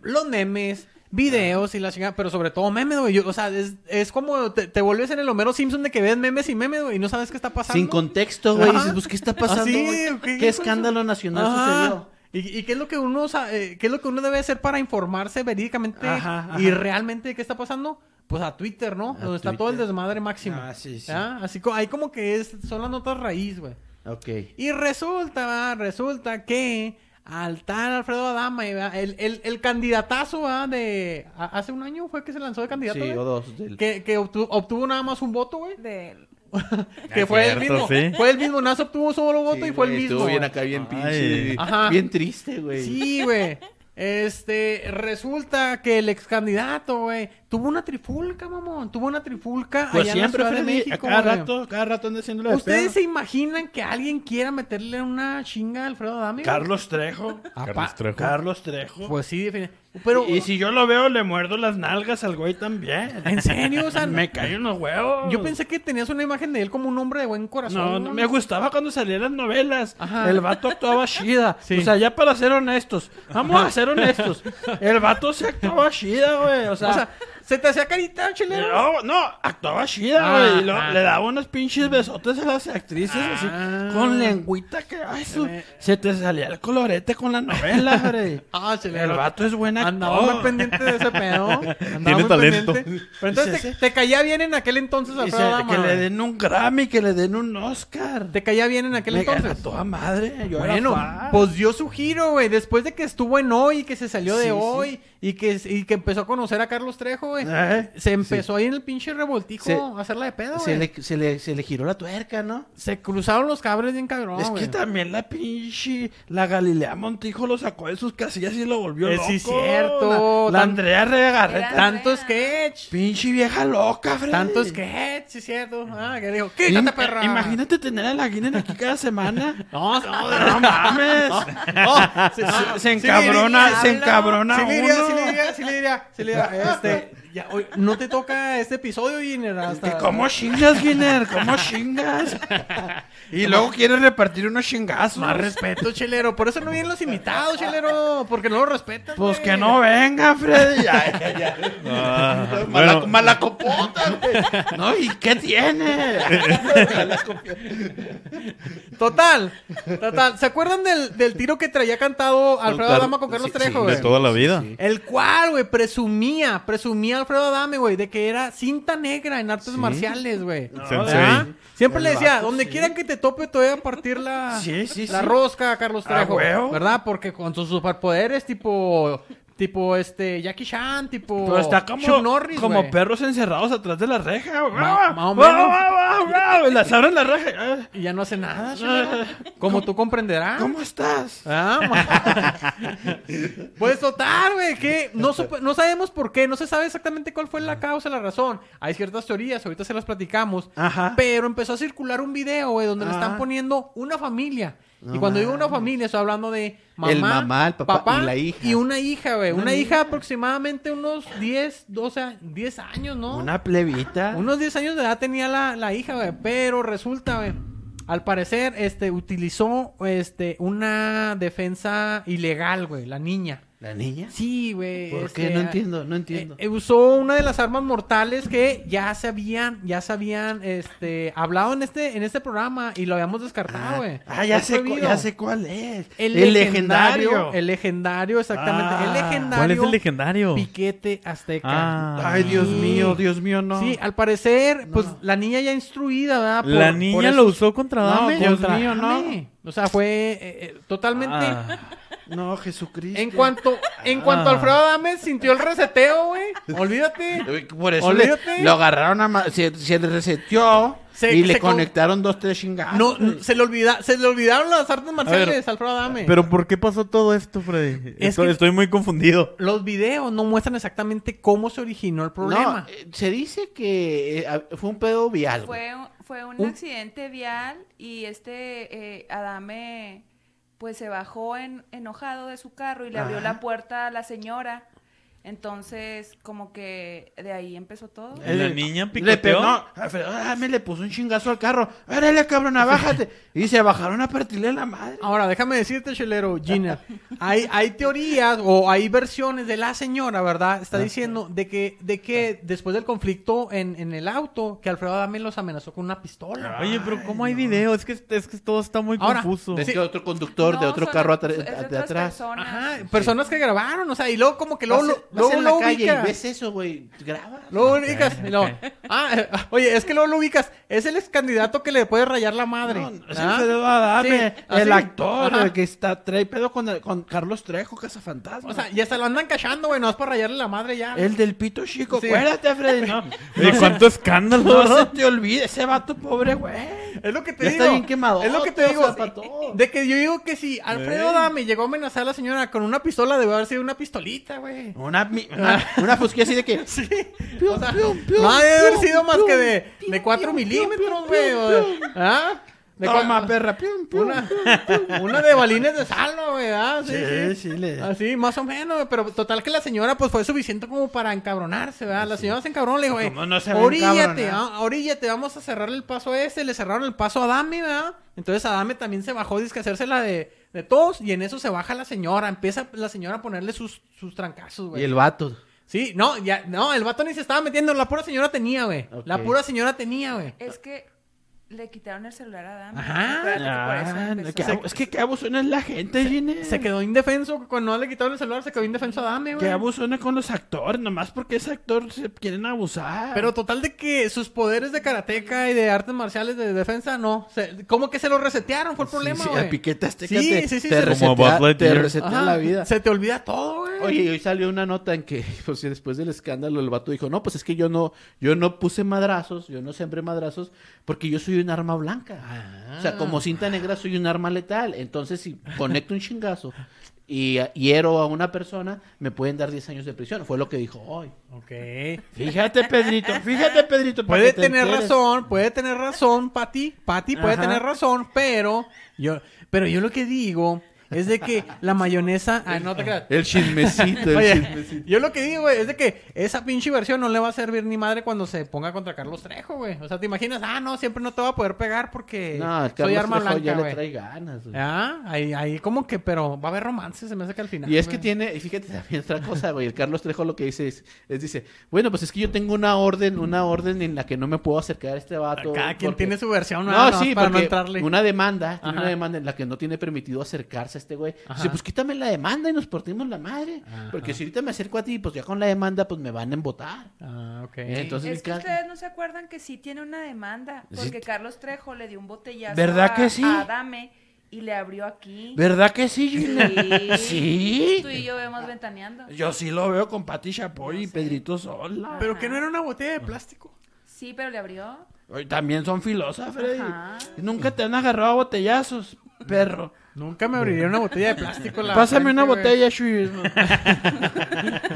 Speaker 1: los memes, videos y la chingada, pero sobre todo memes, güey. Yo- O sea, es, es como te, te vuelves en el Homero Simpson de que ves memes y memes, güey, y no sabes qué está pasando.
Speaker 4: Sin contexto, güey.
Speaker 1: Ajá.
Speaker 4: Dices, pues, ¿qué está pasando?
Speaker 1: Ah, sí,
Speaker 4: güey?
Speaker 1: ok,
Speaker 4: ¿Qué,
Speaker 1: ¿qué pasó?
Speaker 4: escándalo nacional
Speaker 1: Ajá.
Speaker 4: sucedió?
Speaker 1: ¿Y, y qué es lo que uno sa- eh, qué es lo que uno debe hacer para informarse verídicamente
Speaker 2: Ajá, ajá.
Speaker 1: y realmente de qué está pasando? Pues a Twitter, ¿no? Donde está todo el desmadre máximo.
Speaker 2: Ah, sí, sí.
Speaker 1: ¿Ya? Así co- ahí como que es, son las notas raíz, güey.
Speaker 4: Ok.
Speaker 1: Y resulta, ¿verdad? resulta que al tal Alfredo Adama, ¿verdad? el, el, el candidatazo ¿verdad? de a- hace un año fue que se lanzó de candidato,
Speaker 4: Sí,
Speaker 1: güey?
Speaker 4: o dos. del-
Speaker 1: que, que obtu- obtuvo nada más un voto, güey.
Speaker 5: De...
Speaker 1: que
Speaker 3: es
Speaker 1: fue el
Speaker 3: cierto,
Speaker 1: mismo,
Speaker 3: sí.
Speaker 1: fue el mismo, nada más obtuvo un solo voto
Speaker 4: Sí,
Speaker 1: y fue el
Speaker 4: güey,
Speaker 1: mismo.
Speaker 4: Estuvo bien
Speaker 1: güey.
Speaker 4: acá, bien
Speaker 3: Ay.
Speaker 4: pinche.
Speaker 1: Ajá.
Speaker 4: Bien triste, güey.
Speaker 1: Sí, güey. Este, resulta que el ex candidato, güey, tuvo una trifulca, mamón. Tuvo una trifulca
Speaker 2: Pues
Speaker 1: allá
Speaker 2: siempre,
Speaker 1: en la Ciudad
Speaker 2: Freddy,
Speaker 1: de México.
Speaker 2: a cada
Speaker 1: güey.
Speaker 2: rato, cada rato anda haciendo la de
Speaker 1: ¿Ustedes
Speaker 2: pedo.
Speaker 1: se imaginan que alguien quiera meterle una chinga a Alfredo Adame? güey?
Speaker 2: Carlos Trejo.
Speaker 1: Apa-
Speaker 3: Carlos Trejo.
Speaker 2: Carlos Trejo.
Speaker 1: Pues sí, definitivamente. Pero,
Speaker 2: y si yo lo veo, le muerdo las nalgas al güey también.
Speaker 1: ¿en serio? O sea,
Speaker 2: Me caen unos huevos.
Speaker 1: yo pensé que tenías una imagen de él como un hombre de buen corazón.
Speaker 2: No, no, me gustaba cuando salían las novelas.
Speaker 1: Ajá.
Speaker 2: El vato actuaba chida.
Speaker 1: Sí.
Speaker 2: O sea, ya para ser honestos. Vamos a ser honestos. El vato se actuaba chida, güey. O sea,
Speaker 1: O sea, se te hacía carita, chilero.
Speaker 2: no, Eh, oh, no, actuaba chida,
Speaker 1: Ah,
Speaker 2: güey. Y luego
Speaker 1: ah.
Speaker 2: le daba unos pinches besotes a las actrices
Speaker 1: Ah.
Speaker 2: así. Con lengüita que... ay, su-
Speaker 1: Eh.
Speaker 2: se te salía el colorete con la novela, güey.
Speaker 1: Ah, chilero.
Speaker 2: El vato es buen actor.
Speaker 1: Andaba muy pendiente de ese pedo. Andaba
Speaker 3: Tiene
Speaker 1: muy
Speaker 3: talento.
Speaker 1: pendiente. Pero entonces
Speaker 2: Sí,
Speaker 1: te, te caía bien en aquel entonces,
Speaker 2: Y
Speaker 1: Alfredo
Speaker 2: se-
Speaker 1: Adame,
Speaker 2: que le
Speaker 1: güey.
Speaker 2: den un Grammy, que le den un Oscar.
Speaker 1: Te caía bien en aquel
Speaker 2: Me gana
Speaker 1: entonces.
Speaker 2: toda madre. Yo
Speaker 1: Bueno,
Speaker 2: era fan.
Speaker 1: pues dio su giro, güey. Después de que estuvo en hoy, que se salió de
Speaker 2: Sí, sí.
Speaker 1: hoy y, que, y que empezó a conocer a Carlos Trejo, güey.
Speaker 2: Eh.
Speaker 1: Se empezó ahí en el pinche revoltijo
Speaker 4: Se-
Speaker 1: a hacerla de pedo,
Speaker 4: Se
Speaker 1: güey.
Speaker 4: le, se, le, se le giró la tuerca, ¿no?
Speaker 1: Se cruzaron los cabres bien cabrón,
Speaker 2: es
Speaker 1: güey.
Speaker 2: que también la pinche, la Galilea Montijo lo sacó de sus casillas y lo volvió
Speaker 1: Eh,
Speaker 2: loco.
Speaker 1: sí, cierto.
Speaker 2: La, la
Speaker 1: Tan-
Speaker 2: Andrea Regarreta.
Speaker 5: Era-
Speaker 1: Tanto Eh, sketch.
Speaker 2: Pinche vieja loca, Freddy.
Speaker 1: Tanto sketch, sí, es cierto. Ah, que dijo,
Speaker 2: Im-
Speaker 1: quítate, perra.
Speaker 2: Imagínate tener a la Guinness aquí cada semana.
Speaker 1: No, no, no.
Speaker 2: No mames.
Speaker 1: no, Oh, ah, sí,
Speaker 2: Se-
Speaker 1: no,
Speaker 2: se
Speaker 1: sí le diría,
Speaker 2: encabrona, se
Speaker 5: habla.
Speaker 2: encabrona
Speaker 1: Sí le diría,
Speaker 2: uno.
Speaker 1: sí le diría, sí le diría, sí le diría. Este, ya, oye, no te toca este episodio, Giner. Hasta...
Speaker 2: ¿Y ¿Cómo chingas, Guinness? ¿Cómo chingas? Y luego quieres repartir unos chingazos.
Speaker 1: Más respeto, chelero. Por eso no vienen los invitados, chelero. Porque no lo respetan.
Speaker 2: Pues
Speaker 1: güey.
Speaker 2: que no venga, Freddy. Ay, ay, ay.
Speaker 3: Ah,
Speaker 4: Mala,
Speaker 3: bueno,
Speaker 4: mala copota, güey.
Speaker 2: No, ¿y qué tiene?
Speaker 1: Total, total. ¿Se acuerdan del, del tiro que traía cantado Alfredo
Speaker 3: Claro,
Speaker 1: Adama con Carlos
Speaker 3: sí,
Speaker 1: Trejo,
Speaker 3: de
Speaker 1: güey?
Speaker 3: toda la vida.
Speaker 1: El cual, güey, presumía, presumía Alfredo Adame, güey, de que era cinta negra en artes marciales, güey.
Speaker 3: Sensei.
Speaker 1: ¿Verdad? Siempre
Speaker 2: El
Speaker 1: le decía,
Speaker 2: vato,
Speaker 1: donde
Speaker 2: sí.
Speaker 1: quiera que te tope, te voy a partir la,
Speaker 2: Sí, sí,
Speaker 1: la
Speaker 2: sí.
Speaker 1: rosca a Carlos
Speaker 2: Ah,
Speaker 1: Trejo.
Speaker 2: huevo.
Speaker 1: ¿Verdad? Porque con sus superpoderes tipo... Tipo, este, Jackie Chan, tipo...
Speaker 2: Pero está como,
Speaker 1: Chuck Norris,
Speaker 2: como
Speaker 1: güey.
Speaker 2: perros encerrados atrás de la reja.
Speaker 1: Ma- más o
Speaker 2: ¡Guau,
Speaker 1: menos.
Speaker 2: guau, guau, guau! Las abren la reja.
Speaker 1: Y ya no hace nada, señora. Como tú comprenderás.
Speaker 2: ¿Cómo estás?
Speaker 1: Ah, ma- pues total, güey, que no,
Speaker 4: Este.
Speaker 1: supe- no sabemos por qué, no se sabe exactamente cuál fue la causa, la razón. Hay ciertas teorías, ahorita se las platicamos,
Speaker 2: Ajá.
Speaker 1: pero empezó a circular un video, güey, donde le
Speaker 4: Ah.
Speaker 1: están
Speaker 2: Ajá.
Speaker 1: poniendo una familia. y cuando digo una familia, estoy hablando de mamá,
Speaker 4: El mamá, el papá y la hija.
Speaker 1: Y una hija, güey, una, hija aproximadamente unos 10, 12, 10 años, ¿no?
Speaker 2: Una plebita.
Speaker 1: Unos 10 años de edad tenía la, la hija, güey. Pero resulta, güey. Al parecer, este, utilizó, este, una defensa ilegal, güey, la niña.
Speaker 4: ¿La niña?
Speaker 1: Sí, güey.
Speaker 4: ¿Por
Speaker 1: este,
Speaker 4: qué? No entiendo, no entiendo.
Speaker 1: eh, eh, usó una de las armas mortales que ya se habían, ya se habían, este, hablado en este, en este programa y lo habíamos descartado, güey.
Speaker 2: Ah, ya
Speaker 1: Es
Speaker 2: sé, cu-
Speaker 1: prohibido.
Speaker 2: ya sé cuál es.
Speaker 1: El, legendario, El legendario, exactamente.
Speaker 2: Ah.
Speaker 1: el legendario.
Speaker 3: ¿Cuál es el legendario?
Speaker 1: Piquete Azteca.
Speaker 3: Ah.
Speaker 2: Ay, Dios
Speaker 1: Sí.
Speaker 4: Oh,
Speaker 2: mío, Dios mío, no.
Speaker 1: Sí, al parecer, pues la niña ya instruida, ¿verdad? Por-
Speaker 3: la
Speaker 1: por
Speaker 3: niña
Speaker 1: eso-
Speaker 3: lo usó contra
Speaker 1: No,
Speaker 3: Dame.
Speaker 1: Dios
Speaker 2: contra
Speaker 1: mío, no.
Speaker 2: Dame.
Speaker 1: O sea, fue eh, eh, totalmente.
Speaker 3: Ah,
Speaker 2: No, Jesucristo.
Speaker 1: eh, En cuanto, en cuanto
Speaker 3: Ah.
Speaker 1: Alfredo Adame sintió el reseteo, güey. Olvídate.
Speaker 4: Eh, Por eso le-
Speaker 1: Olvídate.
Speaker 4: lo agarraron a ma- se, se le reseteó
Speaker 1: Se-
Speaker 4: y le
Speaker 1: se con-
Speaker 4: conectaron dos, tres chingados.
Speaker 1: No, no, se le olvida, se le olvidaron las artes marciales, Alfredo Adame.
Speaker 3: Pero ¿por qué pasó todo esto, Freddy?
Speaker 1: Es
Speaker 3: estoy,
Speaker 1: que-
Speaker 3: estoy muy confundido.
Speaker 1: los videos no muestran exactamente cómo se originó el problema.
Speaker 4: No, eh, se dice que eh, a- fue un pedo vial. güey.
Speaker 5: Fue, un- fue un,
Speaker 1: Un-
Speaker 5: accidente vial y este eh, Adame pues se bajó en, enojado de su carro y le abrió la puerta a la señora. Entonces, como que de ahí empezó todo.
Speaker 2: El-
Speaker 3: ¿La niña
Speaker 2: Le pe-
Speaker 3: picoteó?
Speaker 2: no, Alfredo, ah, me le puso un chingazo al carro. Órale, cabrón, abájate. Y se bajaron a partirle la madre.
Speaker 1: Ahora, déjame decirte, Chelero, Gina, hay, hay teorías o hay versiones de la señora, ¿verdad?
Speaker 2: Ah.
Speaker 1: Está diciendo de que, de que después del conflicto en, en el auto, que Alfredo Adame los amenazó con una pistola.
Speaker 3: Oye, pero ¿cómo hay video? Es que, es que todo está muy
Speaker 1: Ahora,
Speaker 3: confuso.
Speaker 4: Es
Speaker 1: sí.
Speaker 4: que otro conductor de
Speaker 5: No,
Speaker 4: otro
Speaker 5: son-
Speaker 4: carro
Speaker 5: es
Speaker 4: atra-
Speaker 5: de
Speaker 4: a- de
Speaker 5: otras
Speaker 4: atrás.
Speaker 5: personas.
Speaker 1: Ajá, personas que grabaron, o sea, y luego como que luego,
Speaker 4: Vas-
Speaker 1: lo-
Speaker 4: vas
Speaker 1: luego
Speaker 4: en la
Speaker 1: lo
Speaker 4: calle y
Speaker 1: ubicas.
Speaker 4: ves eso, güey. Graba.
Speaker 1: Luego ubicas, y luego, ah, eh, oye, es que luego lo ubicas, es el ex candidato que le puede rayar la madre.
Speaker 2: No, no, es
Speaker 1: ¿ah?
Speaker 2: Alfredo Adame,
Speaker 1: Sí, así.
Speaker 2: el actor
Speaker 1: Ajá.
Speaker 2: el que está trae pedo con, el- con Carlos Trejo, Cazafantasma.
Speaker 1: O sea, ya se lo andan cachando, güey, no es para rayarle la madre ya.
Speaker 2: el del pito chico,
Speaker 1: Sí.
Speaker 2: acuérdate, Freddy. No,
Speaker 3: Oye, cuánto escándalo,
Speaker 2: no se
Speaker 3: ¿verdad?
Speaker 2: te olvide ese vato pobre, güey.
Speaker 1: Es lo que te
Speaker 4: Ya
Speaker 1: digo.
Speaker 4: está bien quemado.
Speaker 1: Es lo que te
Speaker 4: O
Speaker 1: digo.
Speaker 4: sea, para todo.
Speaker 1: De que yo digo que si Alfredo
Speaker 3: Ey.
Speaker 1: Dame llegó a amenazar a la señora con una pistola, debe haber sido una pistolita, güey.
Speaker 4: Una, mi-
Speaker 1: Ah.
Speaker 4: una, una fusquilla así de que.
Speaker 1: Sí.
Speaker 4: Pium,
Speaker 1: O sea,
Speaker 4: pium, pium,
Speaker 1: no ha de haber
Speaker 4: pium,
Speaker 1: sido más
Speaker 4: pium,
Speaker 1: que de,
Speaker 4: pium,
Speaker 1: de 4
Speaker 4: pium,
Speaker 1: milímetros,
Speaker 4: pium,
Speaker 1: güey.
Speaker 4: pium,
Speaker 1: o-
Speaker 4: pium.
Speaker 1: ¿Ah? De
Speaker 4: Toma,
Speaker 1: cua-
Speaker 4: perra. pium, pium,
Speaker 1: una,
Speaker 4: pium.
Speaker 1: una de balines de salva, güey. ¿ah? Sí, sí.
Speaker 4: Sí, sí, le-
Speaker 1: Así, más o menos, pero total que la señora pues fue suficiente como para encabronarse, ¿verdad? La señora se encabronó, le dijo, eh,
Speaker 4: ¿Cómo no se va a
Speaker 1: oríllate,
Speaker 4: encabronar?
Speaker 1: ah, oríllate, vamos a cerrar el paso a ese, le cerraron el paso a Adame, ¿verdad? Entonces Adame también se bajó, dice que hacerse la de, de todos, y en eso se baja la señora, empieza la señora a ponerle sus, sus trancazos,
Speaker 4: Y
Speaker 1: güey.
Speaker 4: el vato.
Speaker 1: Sí, no, ya, no, el vato ni se estaba metiendo, la pura señora tenía, güey.
Speaker 4: Ok.
Speaker 1: La pura señora tenía, güey.
Speaker 5: Es que le quitaron el celular a Dami.
Speaker 1: Ajá.
Speaker 5: Acuérdate que por eso
Speaker 4: Ah, no,
Speaker 5: empezó.
Speaker 4: qué abu- es que qué abusona es la gente, Gine.
Speaker 1: Se quedó indefenso, cuando no le quitaron el celular, se quedó indefenso a Adame, güey.
Speaker 4: Qué abusona con los actores, nomás porque ese actor se quieren abusar.
Speaker 1: Pero total de que sus poderes de karateca y de artes marciales de defensa, no. Se- como que se lo resetearon, fue el problema,
Speaker 4: Sí, sí,
Speaker 1: güey.
Speaker 4: a Piquete Azteca
Speaker 1: Sí,
Speaker 4: te,
Speaker 1: sí, sí,
Speaker 4: te
Speaker 1: sí.
Speaker 4: resetea-
Speaker 3: Como Buzz Lightyear.
Speaker 4: te resetea
Speaker 1: Ajá,
Speaker 4: la vida.
Speaker 1: Se te olvida todo, güey.
Speaker 4: Oye, y hoy salió una nota en que, pues, que después del escándalo, el vato dijo, no, pues es que yo no, yo no puse madrazos, yo no sembré madrazos, porque yo soy un arma blanca.
Speaker 1: Ah.
Speaker 4: O sea, como cinta negra soy un arma letal. Entonces, si conecto un chingazo y ah, hiero a una persona, me pueden dar 10 años de prisión. Fue lo que dijo hoy.
Speaker 1: Ok.
Speaker 4: Fíjate, Pedrito, fíjate, Pedrito. para
Speaker 1: Puede
Speaker 4: que te
Speaker 1: tener
Speaker 4: enteres.
Speaker 1: razón, puede tener razón, Pati. Pati puede
Speaker 4: Ajá.
Speaker 1: tener razón, pero yo, pero yo lo que digo es de que la mayonesa. Ah, no te creas.
Speaker 2: El
Speaker 4: Este,
Speaker 2: chismecito, el
Speaker 1: Oye,
Speaker 2: chismecito.
Speaker 1: yo lo que digo, güey, es de que esa pinche versión no le va a servir ni madre cuando se ponga contra Carlos Trejo, güey. O sea, te imaginas, ah, no, siempre no te va a poder pegar porque
Speaker 4: No, el
Speaker 1: eh, soy
Speaker 4: Carlos
Speaker 1: arma
Speaker 4: Trejo
Speaker 1: blanca,
Speaker 4: ya le
Speaker 1: güey.
Speaker 4: trae ganas. güey.
Speaker 1: Ah, ahí, ahí como que, pero va a haber romance, se me hace que al final.
Speaker 4: Y es
Speaker 1: güey.
Speaker 4: que tiene, y fíjate también otra cosa, güey. El Carlos Trejo lo que dice es, es dice, bueno, pues es que yo tengo una orden, una orden en la que no me puedo acercar a este vato.
Speaker 1: Cada quien
Speaker 4: porque-
Speaker 1: tiene su versión,
Speaker 4: No,
Speaker 1: ¿verdad? Nomás
Speaker 4: sí,
Speaker 1: para no
Speaker 4: porque
Speaker 1: entrarle.
Speaker 4: una demanda, tiene
Speaker 1: Ajá.
Speaker 4: una demanda en la que no tiene permitido acercarse a este güey.
Speaker 1: Ajá.
Speaker 4: Dice, pues quítame la demanda y nos partimos la madre. Porque si ahorita me acerco a ti, pues ya con la demanda, pues me van a embotar.
Speaker 1: Ah, ok.
Speaker 4: Entonces,
Speaker 5: Es que
Speaker 4: ca-
Speaker 5: ustedes no se acuerdan que sí tiene una demanda, porque Carlos Trejo le dio un botellazo
Speaker 4: ¿Verdad
Speaker 5: a,
Speaker 4: que sí?
Speaker 5: a Adame y le abrió aquí.
Speaker 4: ¿verdad que sí, Gina?
Speaker 5: Sí.
Speaker 4: Sí.
Speaker 5: Tú y yo vemos ventaneando.
Speaker 4: Yo sí lo veo con Pati Chapoy y Pedrito Sola.
Speaker 1: Pero que no era una botella de plástico.
Speaker 5: Sí, pero le abrió.
Speaker 4: Ay, También son filosas, Freddy.
Speaker 5: Ajá.
Speaker 4: Nunca te han agarrado a botellazos, perro.
Speaker 1: Nunca me abriría una botella de plástico. en la
Speaker 4: Pásame una
Speaker 1: frente, güey.
Speaker 4: botella, Shui.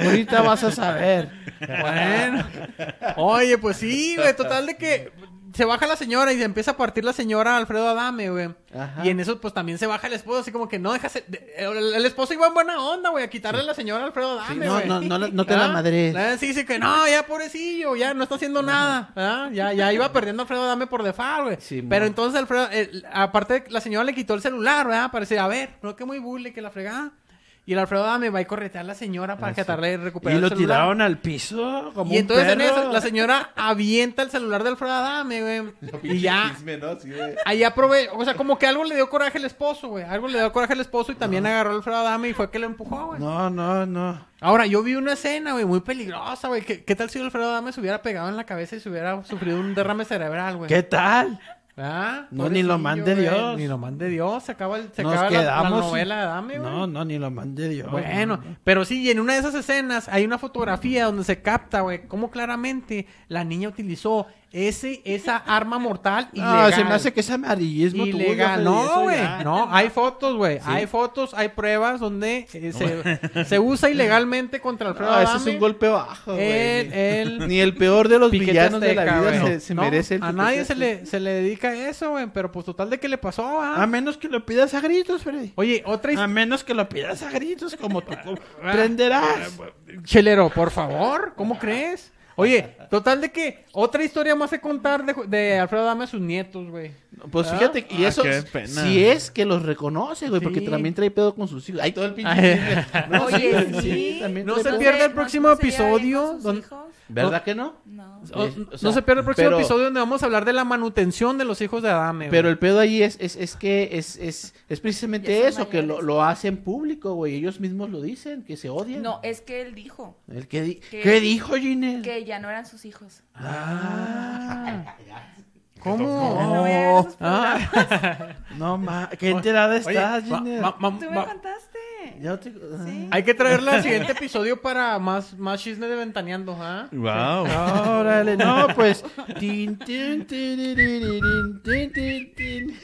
Speaker 4: Ahorita vas a saber.
Speaker 1: Bueno. Oye, pues sí, güey. Total de que se baja la señora y se empieza a partir la señora Alfredo Adame, güey.
Speaker 4: Ajá.
Speaker 1: Y en eso, pues también se baja el esposo, así como que no déjase. de- eh, El, el esposo iba en buena onda, güey, a quitarle a la señora Alfredo Adame,
Speaker 4: Sí, no,
Speaker 1: güey.
Speaker 4: no, no la- no te la
Speaker 1: ¿Ah?
Speaker 4: madres.
Speaker 1: Ah, Sí, sí, que no, ya pobrecillo, ya no está haciendo nada. ¿ah? Ya, ya iba perdiendo Alfredo Dame por default, güey.
Speaker 4: Sí,
Speaker 1: Pero
Speaker 4: mo.
Speaker 1: entonces Alfredo, el- aparte la señora le quitó el celular, ¿verdad? Parece, a ver, no que muy bully, que la fregada. Y el Alfredo Dame va a corretear a la señora para que tarde en recuperar
Speaker 4: Ah,
Speaker 1: el
Speaker 4: Y lo
Speaker 1: celular.
Speaker 4: tiraron al piso como
Speaker 1: Y
Speaker 4: un
Speaker 1: entonces en
Speaker 4: perro.
Speaker 1: eso, la señora avienta el celular de Alfredo Adame, güey. Y ya,
Speaker 2: Chisme, ¿no? Así de-
Speaker 1: ahí aprove... O sea, como que algo le dio coraje al esposo, güey. Algo le dio coraje al esposo y también agarró al Alfredo Adame y fue que lo empujó, güey.
Speaker 4: No, no, no.
Speaker 1: Ahora, yo vi una escena, güey, muy peligrosa, güey. ¿Qué, qué tal si Alfredo Adame se hubiera pegado en la cabeza y se hubiera sufrido un derrame cerebral, güey?
Speaker 4: ¿Qué tal?
Speaker 1: ¿Ah?
Speaker 4: No, ni lo mande
Speaker 1: Pobrecillo, güey.
Speaker 4: Dios.
Speaker 1: Ni lo mande Dios. Se acaba, el- se
Speaker 4: Nos
Speaker 1: acaba la- la,
Speaker 4: quedamos sin-
Speaker 1: novela de Adame, güey.
Speaker 4: No, no, ni lo mandé Dios.
Speaker 1: Bueno, pero sí, y en una de esas escenas hay una fotografía donde se capta, güey, cómo claramente la niña utilizó ese, esa arma mortal y
Speaker 4: No, Ah, se me hace que es amarillismo tuyo,
Speaker 1: Ilegal,
Speaker 4: Freddy,
Speaker 1: no,
Speaker 4: eso
Speaker 1: güey.
Speaker 4: ya.
Speaker 1: No, hay fotos, güey. Hay fotos, hay pruebas donde eh, se, se usa ilegalmente contra Alfredo
Speaker 4: No, Ah, ese es
Speaker 1: Adame.
Speaker 4: un golpe bajo, güey.
Speaker 1: El, el
Speaker 4: Ni el peor de los
Speaker 1: piquete
Speaker 4: villanos de
Speaker 1: azteca,
Speaker 4: la vida
Speaker 1: güey.
Speaker 4: se, se
Speaker 1: No,
Speaker 4: merece el
Speaker 1: A
Speaker 4: piquete
Speaker 1: nadie se
Speaker 4: azteca.
Speaker 1: le, se le dedica eso, güey. Pero pues total de que le pasó, ah?
Speaker 4: A menos que lo pidas a gritos, Freddy.
Speaker 1: Oye, otra
Speaker 4: A
Speaker 1: historia.
Speaker 4: menos que lo pidas a gritos, como tú comprenderás.
Speaker 1: Chelero, por favor, ¿cómo crees? Oye, total de que otra historia más de contar de, de Alfredo Dame a sus nietos, güey.
Speaker 4: Pues fíjate, y
Speaker 3: Ah,
Speaker 4: eso
Speaker 3: qué pena.
Speaker 4: si es que los reconoce, güey, porque
Speaker 1: Sí.
Speaker 4: también trae pedo con sus hijos. Ay, todo el pinche.
Speaker 1: Ay.
Speaker 4: chisme.
Speaker 5: Oye, sí.
Speaker 4: también
Speaker 1: No
Speaker 4: trae
Speaker 1: se
Speaker 4: pedo.
Speaker 1: pierde el
Speaker 5: ¿No
Speaker 1: próximo
Speaker 5: se lleva bien
Speaker 1: episodio
Speaker 5: con sus
Speaker 1: donde-
Speaker 5: hijos?
Speaker 4: ¿Verdad que no?
Speaker 5: No.
Speaker 1: O-
Speaker 4: Eh, o
Speaker 1: no
Speaker 4: sea,
Speaker 1: se pierde el próximo
Speaker 4: pero-
Speaker 1: episodio donde vamos a hablar de la manutención de los hijos de Adame. Eh, güey.
Speaker 4: Pero el pedo ahí es, es, es que es, es, es precisamente
Speaker 5: Ya son
Speaker 4: eso, que lo,
Speaker 5: mayores.
Speaker 4: lo hacen público, güey. Ellos mismos lo dicen, que se odian.
Speaker 5: No, es que él dijo
Speaker 4: El que di-
Speaker 5: Que-
Speaker 4: ¿Qué dijo, Ginel?
Speaker 5: que ya no eran sus hijos.
Speaker 4: Ah,
Speaker 5: Ya
Speaker 1: ¿Cómo?
Speaker 5: no voy a ver esos
Speaker 1: Ah.
Speaker 5: programas.
Speaker 4: no, ma, qué enterada
Speaker 1: Oye,
Speaker 4: estás,
Speaker 1: va-
Speaker 4: Ginel.
Speaker 1: va- va-
Speaker 5: Tú me
Speaker 1: va-
Speaker 5: contaste. tiene.
Speaker 4: Ya te-
Speaker 5: Sí.
Speaker 1: Hay que traerla al siguiente episodio para más, más chisme de ventaneando, ¿ah?
Speaker 3: Wow.
Speaker 4: Ah, Órale, no, pues. Tin, tin, tiriririn, tin, tin, tin.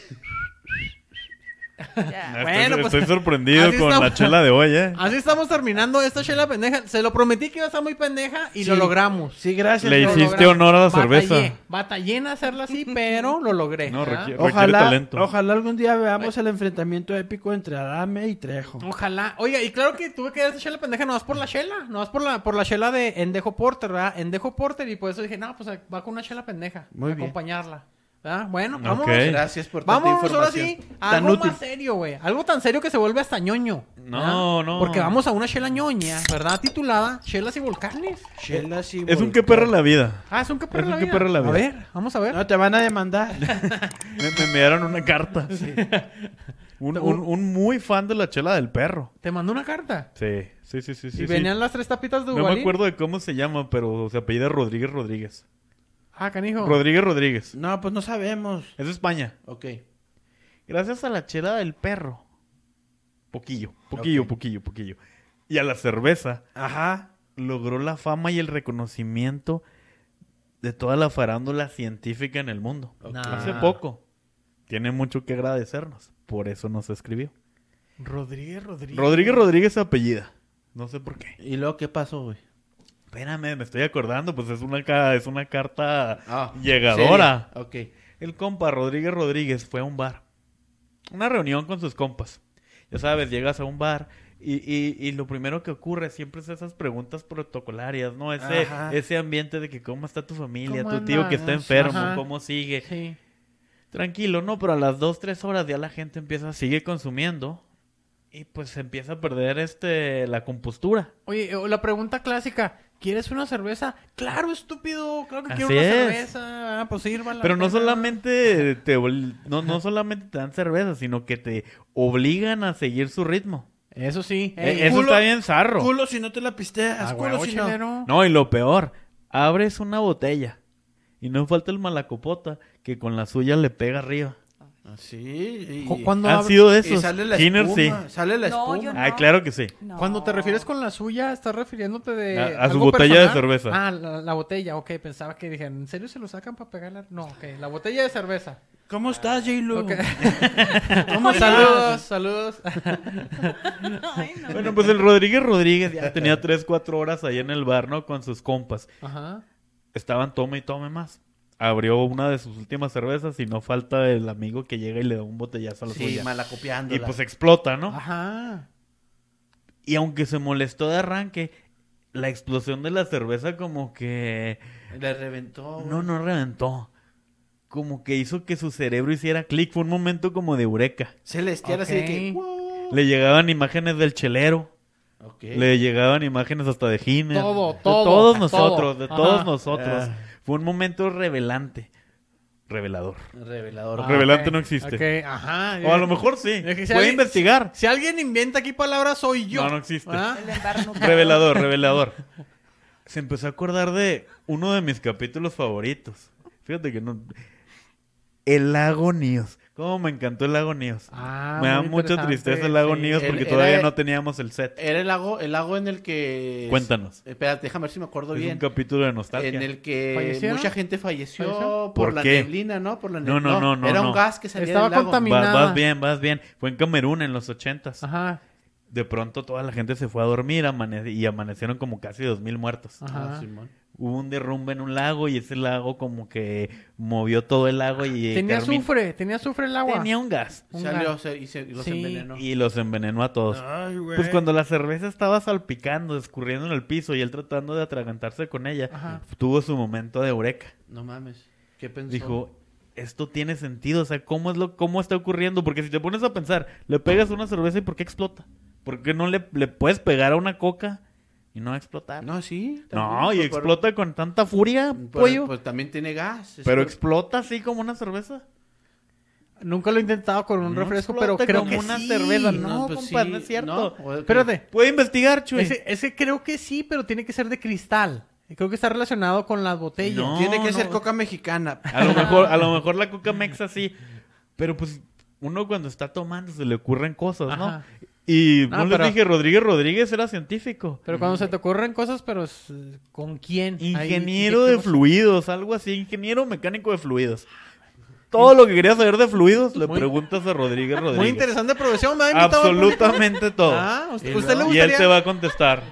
Speaker 5: Ya.
Speaker 1: Bueno,
Speaker 3: estoy,
Speaker 1: pues-
Speaker 3: estoy sorprendido
Speaker 1: Así
Speaker 3: con
Speaker 1: estamos. Ah,
Speaker 3: la chela de hoy, ¿eh?
Speaker 1: Así estamos terminando esta chela pendeja. Se lo prometí que iba a estar muy pendeja y
Speaker 4: Sí.
Speaker 1: lo logramos.
Speaker 4: Sí, gracias.
Speaker 3: Le
Speaker 1: Lo
Speaker 4: Lolo.
Speaker 3: hiciste honor a la
Speaker 1: Batallé.
Speaker 3: cerveza.
Speaker 1: Batallé en hacerla así, pero lo logré. ¿ah?
Speaker 3: No,
Speaker 1: ¿verdad?
Speaker 3: requiere-
Speaker 4: Ojalá,
Speaker 3: talento.
Speaker 4: ojalá algún día veamos el enfrentamiento épico entre Adame y Trejo.
Speaker 1: Ojalá. Oiga, y claro que tuve que dar esta chela pendeja no más por la chela, no más por la, por la chela de Endejo Porter, ¿verdad? Endejo Porter, y por eso dije, no, pues va con una chela pendeja.
Speaker 4: Muy bien.
Speaker 1: Acompañarla. ¿Verdad? Bueno,
Speaker 3: Ok.
Speaker 1: vámonos.
Speaker 4: Gracias por tanta
Speaker 1: Vámonos Eh, ahora
Speaker 4: información.
Speaker 1: sí a
Speaker 4: Tan
Speaker 1: algo
Speaker 4: útil.
Speaker 1: más serio, güey. Algo tan serio que se vuelve hasta ñoño.
Speaker 3: No,
Speaker 1: ¿verdad?
Speaker 3: no.
Speaker 1: Porque vamos a una chela ñoña, ¿verdad? Titulada Chelas y Volcanes.
Speaker 4: Chelas y
Speaker 3: Es un qué
Speaker 4: volcanes.
Speaker 3: perra la vida.
Speaker 1: Ah, es un que perra
Speaker 3: Es un
Speaker 1: la
Speaker 3: qué
Speaker 1: vida.
Speaker 3: perra la
Speaker 1: A
Speaker 3: vida. Ah.
Speaker 1: ver, vamos a ver.
Speaker 4: No, te van a demandar.
Speaker 3: Me, me enviaron una carta. Un, un- un muy fan de la chela del perro.
Speaker 1: Te mandó una carta.
Speaker 3: Sí, sí, sí, sí. sí,
Speaker 1: y
Speaker 3: sí.
Speaker 1: venían las tres tapitas de
Speaker 3: No me
Speaker 1: Ubalín.
Speaker 3: acuerdo de cómo se llama, pero se apellida Rodríguez Rodríguez.
Speaker 1: Ah, canijo.
Speaker 3: Rodríguez Rodríguez.
Speaker 4: No, pues no sabemos.
Speaker 3: Es de España.
Speaker 4: Ok.
Speaker 3: Gracias a la chela del perro. Poquillo, poquillo, poquillo, poquillo. Y a la cerveza
Speaker 4: Ajá.
Speaker 3: logró la fama y el reconocimiento de toda la farándula científica en el mundo.
Speaker 1: Nah.
Speaker 3: Hace poco. Tiene mucho que agradecernos. Por eso nos escribió.
Speaker 1: Rodríguez Rodríguez.
Speaker 3: Rodríguez Rodríguez se apellida. No sé por qué.
Speaker 4: ¿Y luego qué pasó, güey?
Speaker 3: Espérame, me estoy acordando. Pues es una, ca- es una carta
Speaker 4: Ah,
Speaker 3: llegadora.
Speaker 4: serio. Ok.
Speaker 3: El compa Rodríguez Rodríguez fue a un bar. Una reunión con sus compas. Ya sabes, llegas a un bar y, y- y lo primero que ocurre siempre es esas preguntas protocolarias, ¿no? Ese,
Speaker 4: Ajá.
Speaker 3: ese ambiente de que cómo está tu familia,
Speaker 1: ¿Cómo
Speaker 3: tu tío que está
Speaker 1: andas?
Speaker 3: enfermo,
Speaker 1: Ajá.
Speaker 3: cómo sigue.
Speaker 1: Sí.
Speaker 3: Tranquilo, ¿no? Pero a las 2, 3 horas ya la gente empieza, sigue consumiendo y pues se empieza a perder este, la compostura.
Speaker 1: Oye, eh, la pregunta clásica. ¿Quieres una cerveza? Claro, estúpido. Claro que quiero
Speaker 3: Así
Speaker 1: una
Speaker 3: es.
Speaker 1: cerveza. Ah, pues sírvala.
Speaker 3: Pero no
Speaker 1: Pues, nada.
Speaker 3: solamente te, obli- no, no solamente te dan cerveza, sino que te obligan a seguir su ritmo.
Speaker 1: Eso sí.
Speaker 3: Eh,
Speaker 1: Ey,
Speaker 3: Eso
Speaker 1: culo.
Speaker 3: está bien zarro.
Speaker 4: Culo si no te la pisteas,
Speaker 1: Ah,
Speaker 4: culo
Speaker 1: huevo,
Speaker 4: si no.
Speaker 1: chelero.
Speaker 3: No, y lo peor, abres una botella y no falta el malacopota que con la suya le pega arriba.
Speaker 4: Así.
Speaker 1: Cu-
Speaker 4: Ah, y-
Speaker 1: ¿Cuándo,
Speaker 3: Han
Speaker 1: abres-
Speaker 3: sido de
Speaker 4: y
Speaker 3: esos.
Speaker 4: sale la
Speaker 3: Skinner, sí.
Speaker 4: espuma, sale la
Speaker 5: No,
Speaker 4: espuma.
Speaker 5: yo no.
Speaker 3: Ah, claro que sí.
Speaker 5: No.
Speaker 1: cuando te refieres con la suya, estás refiriéndote de.
Speaker 3: A- a su
Speaker 1: algo
Speaker 3: botella de cerveza.
Speaker 1: Ah, la, la botella, ok. Pensaba que dijeron, ¿en serio se lo sacan para pegarla? No, ok. La botella de cerveza.
Speaker 4: ¿Cómo estás, J-Lo?
Speaker 1: Ok.
Speaker 4: ¿Cómo
Speaker 1: saludos,
Speaker 4: estás?
Speaker 1: saludos.
Speaker 5: Ay, no.
Speaker 3: Bueno, pues el Rodríguez Rodríguez ya tenía 3, 4 horas ahí en el bar, ¿no? Con sus compas.
Speaker 1: Ajá.
Speaker 3: Estaban tome y tome más. Abrió una de sus últimas cervezas y no falta el amigo que llega y le da un botellazo a la
Speaker 4: Sí,
Speaker 3: suya.
Speaker 4: malacopiándola.
Speaker 3: Y pues explota, ¿no?
Speaker 1: Ajá.
Speaker 3: Y aunque se molestó de arranque, la explosión de la cerveza como que...
Speaker 4: Le reventó.
Speaker 3: No,
Speaker 4: güey.
Speaker 3: no reventó. Como que hizo que su cerebro hiciera clic. Fue un momento como de eureka.
Speaker 4: Celestial así de que...
Speaker 1: Ok.
Speaker 4: "Wow".
Speaker 3: Le llegaban imágenes del chelero.
Speaker 4: Ok.
Speaker 3: Le llegaban imágenes hasta de Giner.
Speaker 1: Todo,
Speaker 3: de
Speaker 1: todo,
Speaker 3: todos
Speaker 1: todo.
Speaker 3: nosotros, de todos
Speaker 1: Ajá.
Speaker 3: nosotros.
Speaker 4: Ah.
Speaker 3: Fue un momento revelante. Revelador.
Speaker 4: Revelador.
Speaker 1: Ah,
Speaker 3: Revelante
Speaker 1: ok,
Speaker 3: no existe.
Speaker 1: ok, Ajá.
Speaker 3: O a lo mejor sí.
Speaker 1: Es Eh, que si
Speaker 3: Puede
Speaker 1: alguien-
Speaker 3: investigar.
Speaker 1: Si alguien inventa aquí palabras, soy yo.
Speaker 3: No, no existe.
Speaker 1: ¿Ah?
Speaker 5: El embarnudado.
Speaker 3: Revelador, revelador. Se empezó a acordar de uno de mis capítulos favoritos. Fíjate que no. El lago Níos. Cómo me encantó el lago Níos.
Speaker 1: Ah,
Speaker 3: me da
Speaker 1: muy
Speaker 3: mucha
Speaker 1: interesante,
Speaker 3: tristeza el lago
Speaker 1: sí.
Speaker 3: Níos porque
Speaker 4: Era-
Speaker 3: todavía no teníamos el set.
Speaker 4: Era el lago, el lago en el que...
Speaker 3: Cuéntanos.
Speaker 4: Espérate, déjame ver si me acuerdo
Speaker 3: es
Speaker 4: bien.
Speaker 3: un capítulo de nostalgia.
Speaker 4: En el que
Speaker 1: ¿Fallecieron?
Speaker 4: mucha gente falleció
Speaker 1: ¿Fallecieron?
Speaker 4: por,
Speaker 3: ¿Por
Speaker 4: la
Speaker 3: qué?
Speaker 4: neblina, ¿no? Por la
Speaker 3: No,
Speaker 4: neblina.
Speaker 3: no, no, no,
Speaker 4: Era un
Speaker 3: no.
Speaker 4: gas que salía
Speaker 1: Estaba
Speaker 4: del lago.
Speaker 1: contaminado.
Speaker 3: vas,
Speaker 1: caminaba.
Speaker 3: vas bien, vas bien. Fue en Camerún en los ochentas.
Speaker 1: Ajá.
Speaker 3: De pronto toda la gente se fue a dormir amane- y amanecieron como casi dos mil muertos.
Speaker 1: Ajá.
Speaker 4: Ah, Simón.
Speaker 3: Hubo un derrumbe en un lago y ese lago como que movió todo el lago y
Speaker 1: tenía
Speaker 3: Carmín-
Speaker 1: azufre, tenía azufre el agua.
Speaker 3: tenía un gas.
Speaker 1: Un
Speaker 4: Salió
Speaker 1: gas.
Speaker 4: se- y, se, y los
Speaker 1: Sí.
Speaker 4: envenenó.
Speaker 3: Y los envenenó a todos.
Speaker 4: Ay, güey.
Speaker 3: Pues cuando la cerveza estaba salpicando, escurriendo en el piso y él tratando de atragantarse con ella,
Speaker 1: Ajá.
Speaker 3: tuvo su momento de eureka.
Speaker 4: No mames. ¿Qué pensó?
Speaker 3: Dijo, esto tiene sentido, o sea, ¿cómo es lo cómo está ocurriendo? Porque si te pones a pensar, le pegas una cerveza y ¿por qué explota? ¿Por qué no le, le puedes pegar a una coca y no va a explotar? No,
Speaker 4: No, sí.
Speaker 3: y
Speaker 4: también, por- por-
Speaker 3: explota con tanta furia,
Speaker 4: por-
Speaker 3: pues, pollo.
Speaker 4: Pues también tiene gas. es
Speaker 3: pero
Speaker 4: por-
Speaker 3: explota así como una cerveza.
Speaker 1: Nunca lo he intentado con un
Speaker 3: No
Speaker 1: refresco, pero
Speaker 3: explota
Speaker 1: creo
Speaker 3: como
Speaker 1: que
Speaker 3: una
Speaker 1: sí.
Speaker 3: cerveza, no,
Speaker 4: pues
Speaker 3: compa,
Speaker 4: sí,
Speaker 3: no es cierto.
Speaker 4: ¿no? O-
Speaker 1: Espérate.
Speaker 3: Puede investigar, Chuy.
Speaker 1: Ese, ese creo que sí, pero tiene que ser de cristal. Creo que está relacionado con las botellas.
Speaker 3: No,
Speaker 4: Tiene que
Speaker 3: no.
Speaker 4: ser coca mexicana.
Speaker 3: A lo mejor, a lo mejor la coca mexa sí. Pero pues uno cuando está tomando se le ocurren cosas, ¿no?
Speaker 1: Ajá.
Speaker 3: Y
Speaker 1: No,
Speaker 3: no, les
Speaker 1: pero-
Speaker 3: dije, Rodríguez Rodríguez era científico.
Speaker 1: Pero cuando se te ocurren cosas, pero es, ¿con quién? Ahí-
Speaker 3: Ingeniero
Speaker 1: ¿qué-
Speaker 3: de
Speaker 1: qué-
Speaker 3: fluidos, algo así. Ingeniero mecánico de fluidos. Todo lo que quería saber de fluidos le preguntas a Rodríguez Rodríguez.
Speaker 1: Muy interesante profesión, ¿verdad? Invitado al público.
Speaker 3: Absolutamente todo.
Speaker 1: Ah, usted-
Speaker 3: y,
Speaker 1: usted le
Speaker 3: y
Speaker 1: gustaría-
Speaker 3: él te va a contestar.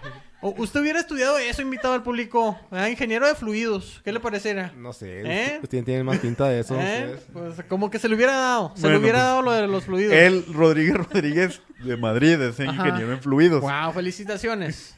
Speaker 1: O- Usted hubiera estudiado eso, invitado al público. ¿verdad? Ingeniero de fluidos. ¿qué le pareciera?
Speaker 6: No sé.
Speaker 1: ¿Eh?
Speaker 6: Ustedes tienen más pinta de eso.
Speaker 1: ¿Eh?
Speaker 6: ustedes.
Speaker 1: Pues como que se le hubiera dado. Se le
Speaker 3: Bueno,
Speaker 1: hubiera
Speaker 3: pues,
Speaker 1: dado lo de los fluidos.
Speaker 3: Él, Rodríguez Rodríguez de Madrid, es ingeniero en fluidos.
Speaker 1: Wow, felicitaciones.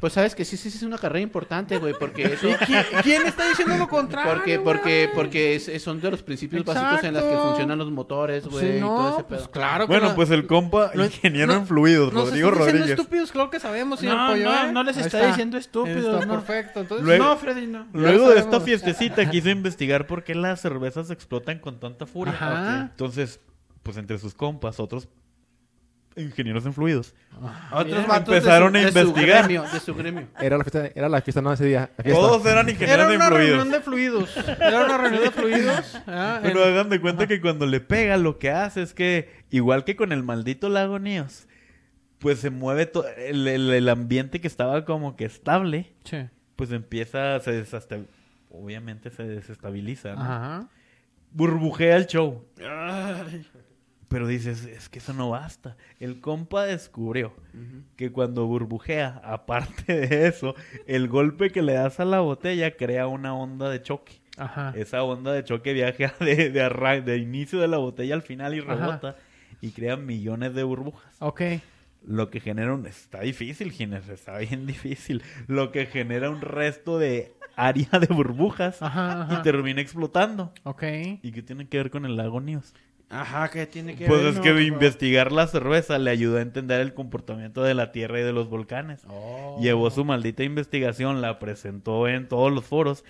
Speaker 4: Pues sabes que sí, sí, sí es una carrera importante, güey, porque eso...
Speaker 1: ¿Qui- ¿Quién está diciendo lo contrario?
Speaker 4: Porque,
Speaker 1: güey?
Speaker 4: porque, porque es- es- son de los principios básicos en los que
Speaker 1: Exacto.
Speaker 4: funcionan los motores,
Speaker 1: Sí,
Speaker 4: güey, y
Speaker 1: no,
Speaker 4: todo ese
Speaker 1: pues
Speaker 4: pedo.
Speaker 1: claro que
Speaker 3: Bueno,
Speaker 1: no.
Speaker 3: pues el compa,
Speaker 1: No-
Speaker 3: ingeniero
Speaker 1: no-
Speaker 3: en fluidos,
Speaker 1: Nos
Speaker 3: Rodrigo
Speaker 1: están diciendo
Speaker 3: Rodríguez.
Speaker 1: estúpidos, claro que sabemos, señor
Speaker 2: No,
Speaker 1: Pollo,
Speaker 2: no,
Speaker 1: ¿eh?
Speaker 2: no les
Speaker 1: Ahí
Speaker 2: está diciendo estúpidos,
Speaker 1: Está
Speaker 2: no.
Speaker 1: perfecto. Entonces,
Speaker 3: Luego-
Speaker 2: No, Freddy, no.
Speaker 3: Luego
Speaker 1: Ya
Speaker 3: de
Speaker 1: sabemos.
Speaker 3: esta fiestecita quiso investigar por qué las cervezas explotan con tanta furia.
Speaker 1: Ajá.
Speaker 3: Ok. Entonces, pues entre sus compas, otros ingenieros en fluidos.
Speaker 2: Otros
Speaker 3: Miren,
Speaker 2: vatos
Speaker 3: empezaron
Speaker 2: de
Speaker 3: a
Speaker 2: su- de su
Speaker 3: investigar.
Speaker 2: gremio, de su gremio.
Speaker 6: Era la fiesta, era la fiesta no ese día. la fiesta.
Speaker 3: Todos eran
Speaker 1: Era
Speaker 3: ingenieros en
Speaker 1: una
Speaker 3: fluidos.
Speaker 1: reunión de fluidos. Era una reunión de fluidos. ¿ah?
Speaker 3: Pero
Speaker 1: En-
Speaker 3: hagan de cuenta que cuando le pega, lo que hace es que, igual que con el maldito lago Neos, pues se mueve todo el, el- el ambiente que estaba como que estable,
Speaker 1: Che.
Speaker 3: pues empieza, se desestabiliza. Obviamente se desestabiliza, ¿no?
Speaker 1: Ajá.
Speaker 3: burbujea el show. Pero dices, es que eso no basta. El compa descubrió que cuando burbujea, aparte de eso, el golpe que le das a la botella crea una onda de choque.
Speaker 4: Eh,
Speaker 1: Ajá.
Speaker 3: Esa onda de choque viaja de, de, arran- de inicio de la botella al final y rebota y crea millones de burbujas.
Speaker 1: Ok.
Speaker 3: Lo que genera un... Está difícil, Gines, está bien difícil. Lo que genera un resto de área de burbujas
Speaker 4: ah,
Speaker 1: Ajá,
Speaker 3: y
Speaker 1: ajá.
Speaker 3: termina explotando.
Speaker 1: Ok.
Speaker 3: ¿Y qué tiene que ver con el lago News?
Speaker 2: Ajá, ¿qué tiene que
Speaker 3: Pues
Speaker 2: ver?
Speaker 3: es
Speaker 2: No,
Speaker 3: que
Speaker 2: pues,
Speaker 3: investigar la cerveza le ayudó a entender el comportamiento de la Tierra y de los volcanes. Llevó su maldita investigación, la presentó en todos los foros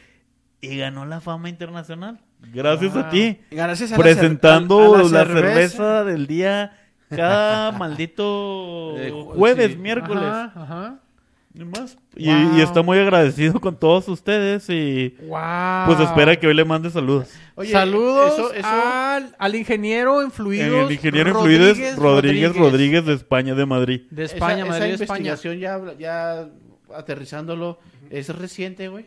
Speaker 3: y ganó la fama internacional. Gracias a ti.
Speaker 2: Gracias a la cer-
Speaker 3: Presentando
Speaker 2: a- a
Speaker 3: la, cerveza del día cada maldito
Speaker 2: Eh, ju-
Speaker 3: jueves,
Speaker 2: sí.
Speaker 3: miércoles.
Speaker 1: Ajá, ajá.
Speaker 3: Y más. Y,
Speaker 1: Wow.
Speaker 3: y está muy agradecido con todos ustedes y
Speaker 1: Wow.
Speaker 3: pues espera que hoy le mande saludos.
Speaker 4: Oye,
Speaker 1: Saludos
Speaker 4: eso- eso-
Speaker 1: Al, al ingeniero en fluidos.
Speaker 3: el ingeniero en fluidos Rodríguez Rodríguez, de España, de Madrid.
Speaker 1: De
Speaker 4: Esa-
Speaker 1: España,
Speaker 4: esa,
Speaker 1: Madrid, España.
Speaker 4: investigación ya, habla- ya aterrizándolo es reciente, güey.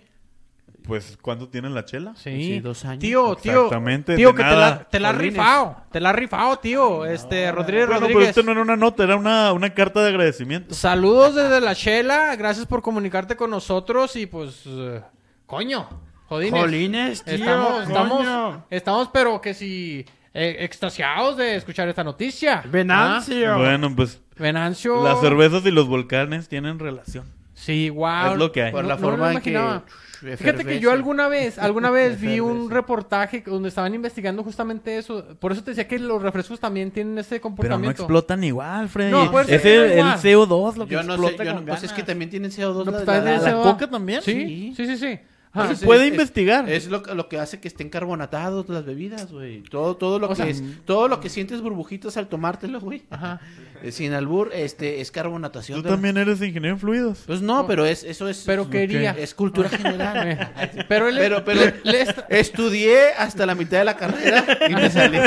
Speaker 3: Pues, ¿cuánto tiene la chela?
Speaker 1: Sí.
Speaker 4: Sí, dos años.
Speaker 1: Tío, tío.
Speaker 3: Exactamente,
Speaker 1: Tío,
Speaker 3: de
Speaker 1: que te
Speaker 3: nada.
Speaker 1: la, te la has
Speaker 4: Orines.
Speaker 1: rifado. Te la has rifado, tío. Este, Rodríguez
Speaker 3: Bueno, pero
Speaker 1: Rodríguez.
Speaker 3: esto no era una nota, era una, una carta de agradecimiento.
Speaker 1: Saludos desde la Shela. Gracias por comunicarte con nosotros y pues. eh, coño. Jodines.
Speaker 2: Jolines, tío,
Speaker 1: estamos, estamos,
Speaker 2: coño.
Speaker 1: estamos, pero que si. eh, extasiados de escuchar esta noticia. ¿Ah?
Speaker 2: Venancio.
Speaker 3: Bueno, pues
Speaker 1: Venancio.
Speaker 3: las cervezas y los volcanes tienen relación.
Speaker 1: Sí, wow.
Speaker 3: Es lo que hay.
Speaker 4: Por
Speaker 1: No-
Speaker 4: la
Speaker 1: no
Speaker 4: forma
Speaker 1: me
Speaker 4: en que...
Speaker 1: imaginaba.
Speaker 4: Uff,
Speaker 1: Fíjate que yo
Speaker 4: efervesce.
Speaker 1: alguna vez, alguna vez vi un reportaje que- donde estaban investigando justamente eso. Por eso te decía que los refrescos también tienen ese
Speaker 3: Pero no
Speaker 1: comportamiento.
Speaker 3: explotan igual, Freddy.
Speaker 1: No, pues,
Speaker 3: es
Speaker 1: sí,
Speaker 3: el, el
Speaker 1: igual.
Speaker 3: CO2 lo que
Speaker 4: Yo no sé,
Speaker 3: explota
Speaker 4: yo no-
Speaker 3: con
Speaker 4: pues es
Speaker 3: ganas.
Speaker 4: que también tienen
Speaker 1: No,
Speaker 4: CO2 la,
Speaker 1: pues,
Speaker 4: la-
Speaker 1: también
Speaker 4: la-
Speaker 1: se
Speaker 4: la-
Speaker 1: va.
Speaker 3: coca también?
Speaker 1: Sí, sí, sí, sí. Ajá.
Speaker 4: Pues,
Speaker 3: Se puede
Speaker 4: es-
Speaker 3: investigar.
Speaker 4: Es lo, lo que hace que estén carbonatados las bebidas, güey. Todo, todo lo
Speaker 1: O
Speaker 4: que
Speaker 1: sea, mm.
Speaker 4: es, todo lo que sientes burbujitas al tomártelo, güey.
Speaker 1: Ajá.
Speaker 4: Eh, Sin albur, este, es carbonatación.
Speaker 3: Tú
Speaker 4: de la-
Speaker 3: también eres ingeniero en fluidos.
Speaker 4: Pues no, pero es, eso es,
Speaker 1: Pero quería.
Speaker 4: es cultura general.
Speaker 1: Eh, pero él
Speaker 4: Pero- pero-
Speaker 1: le, le he esta-
Speaker 4: Estudié hasta la mitad de la carrera y me salí.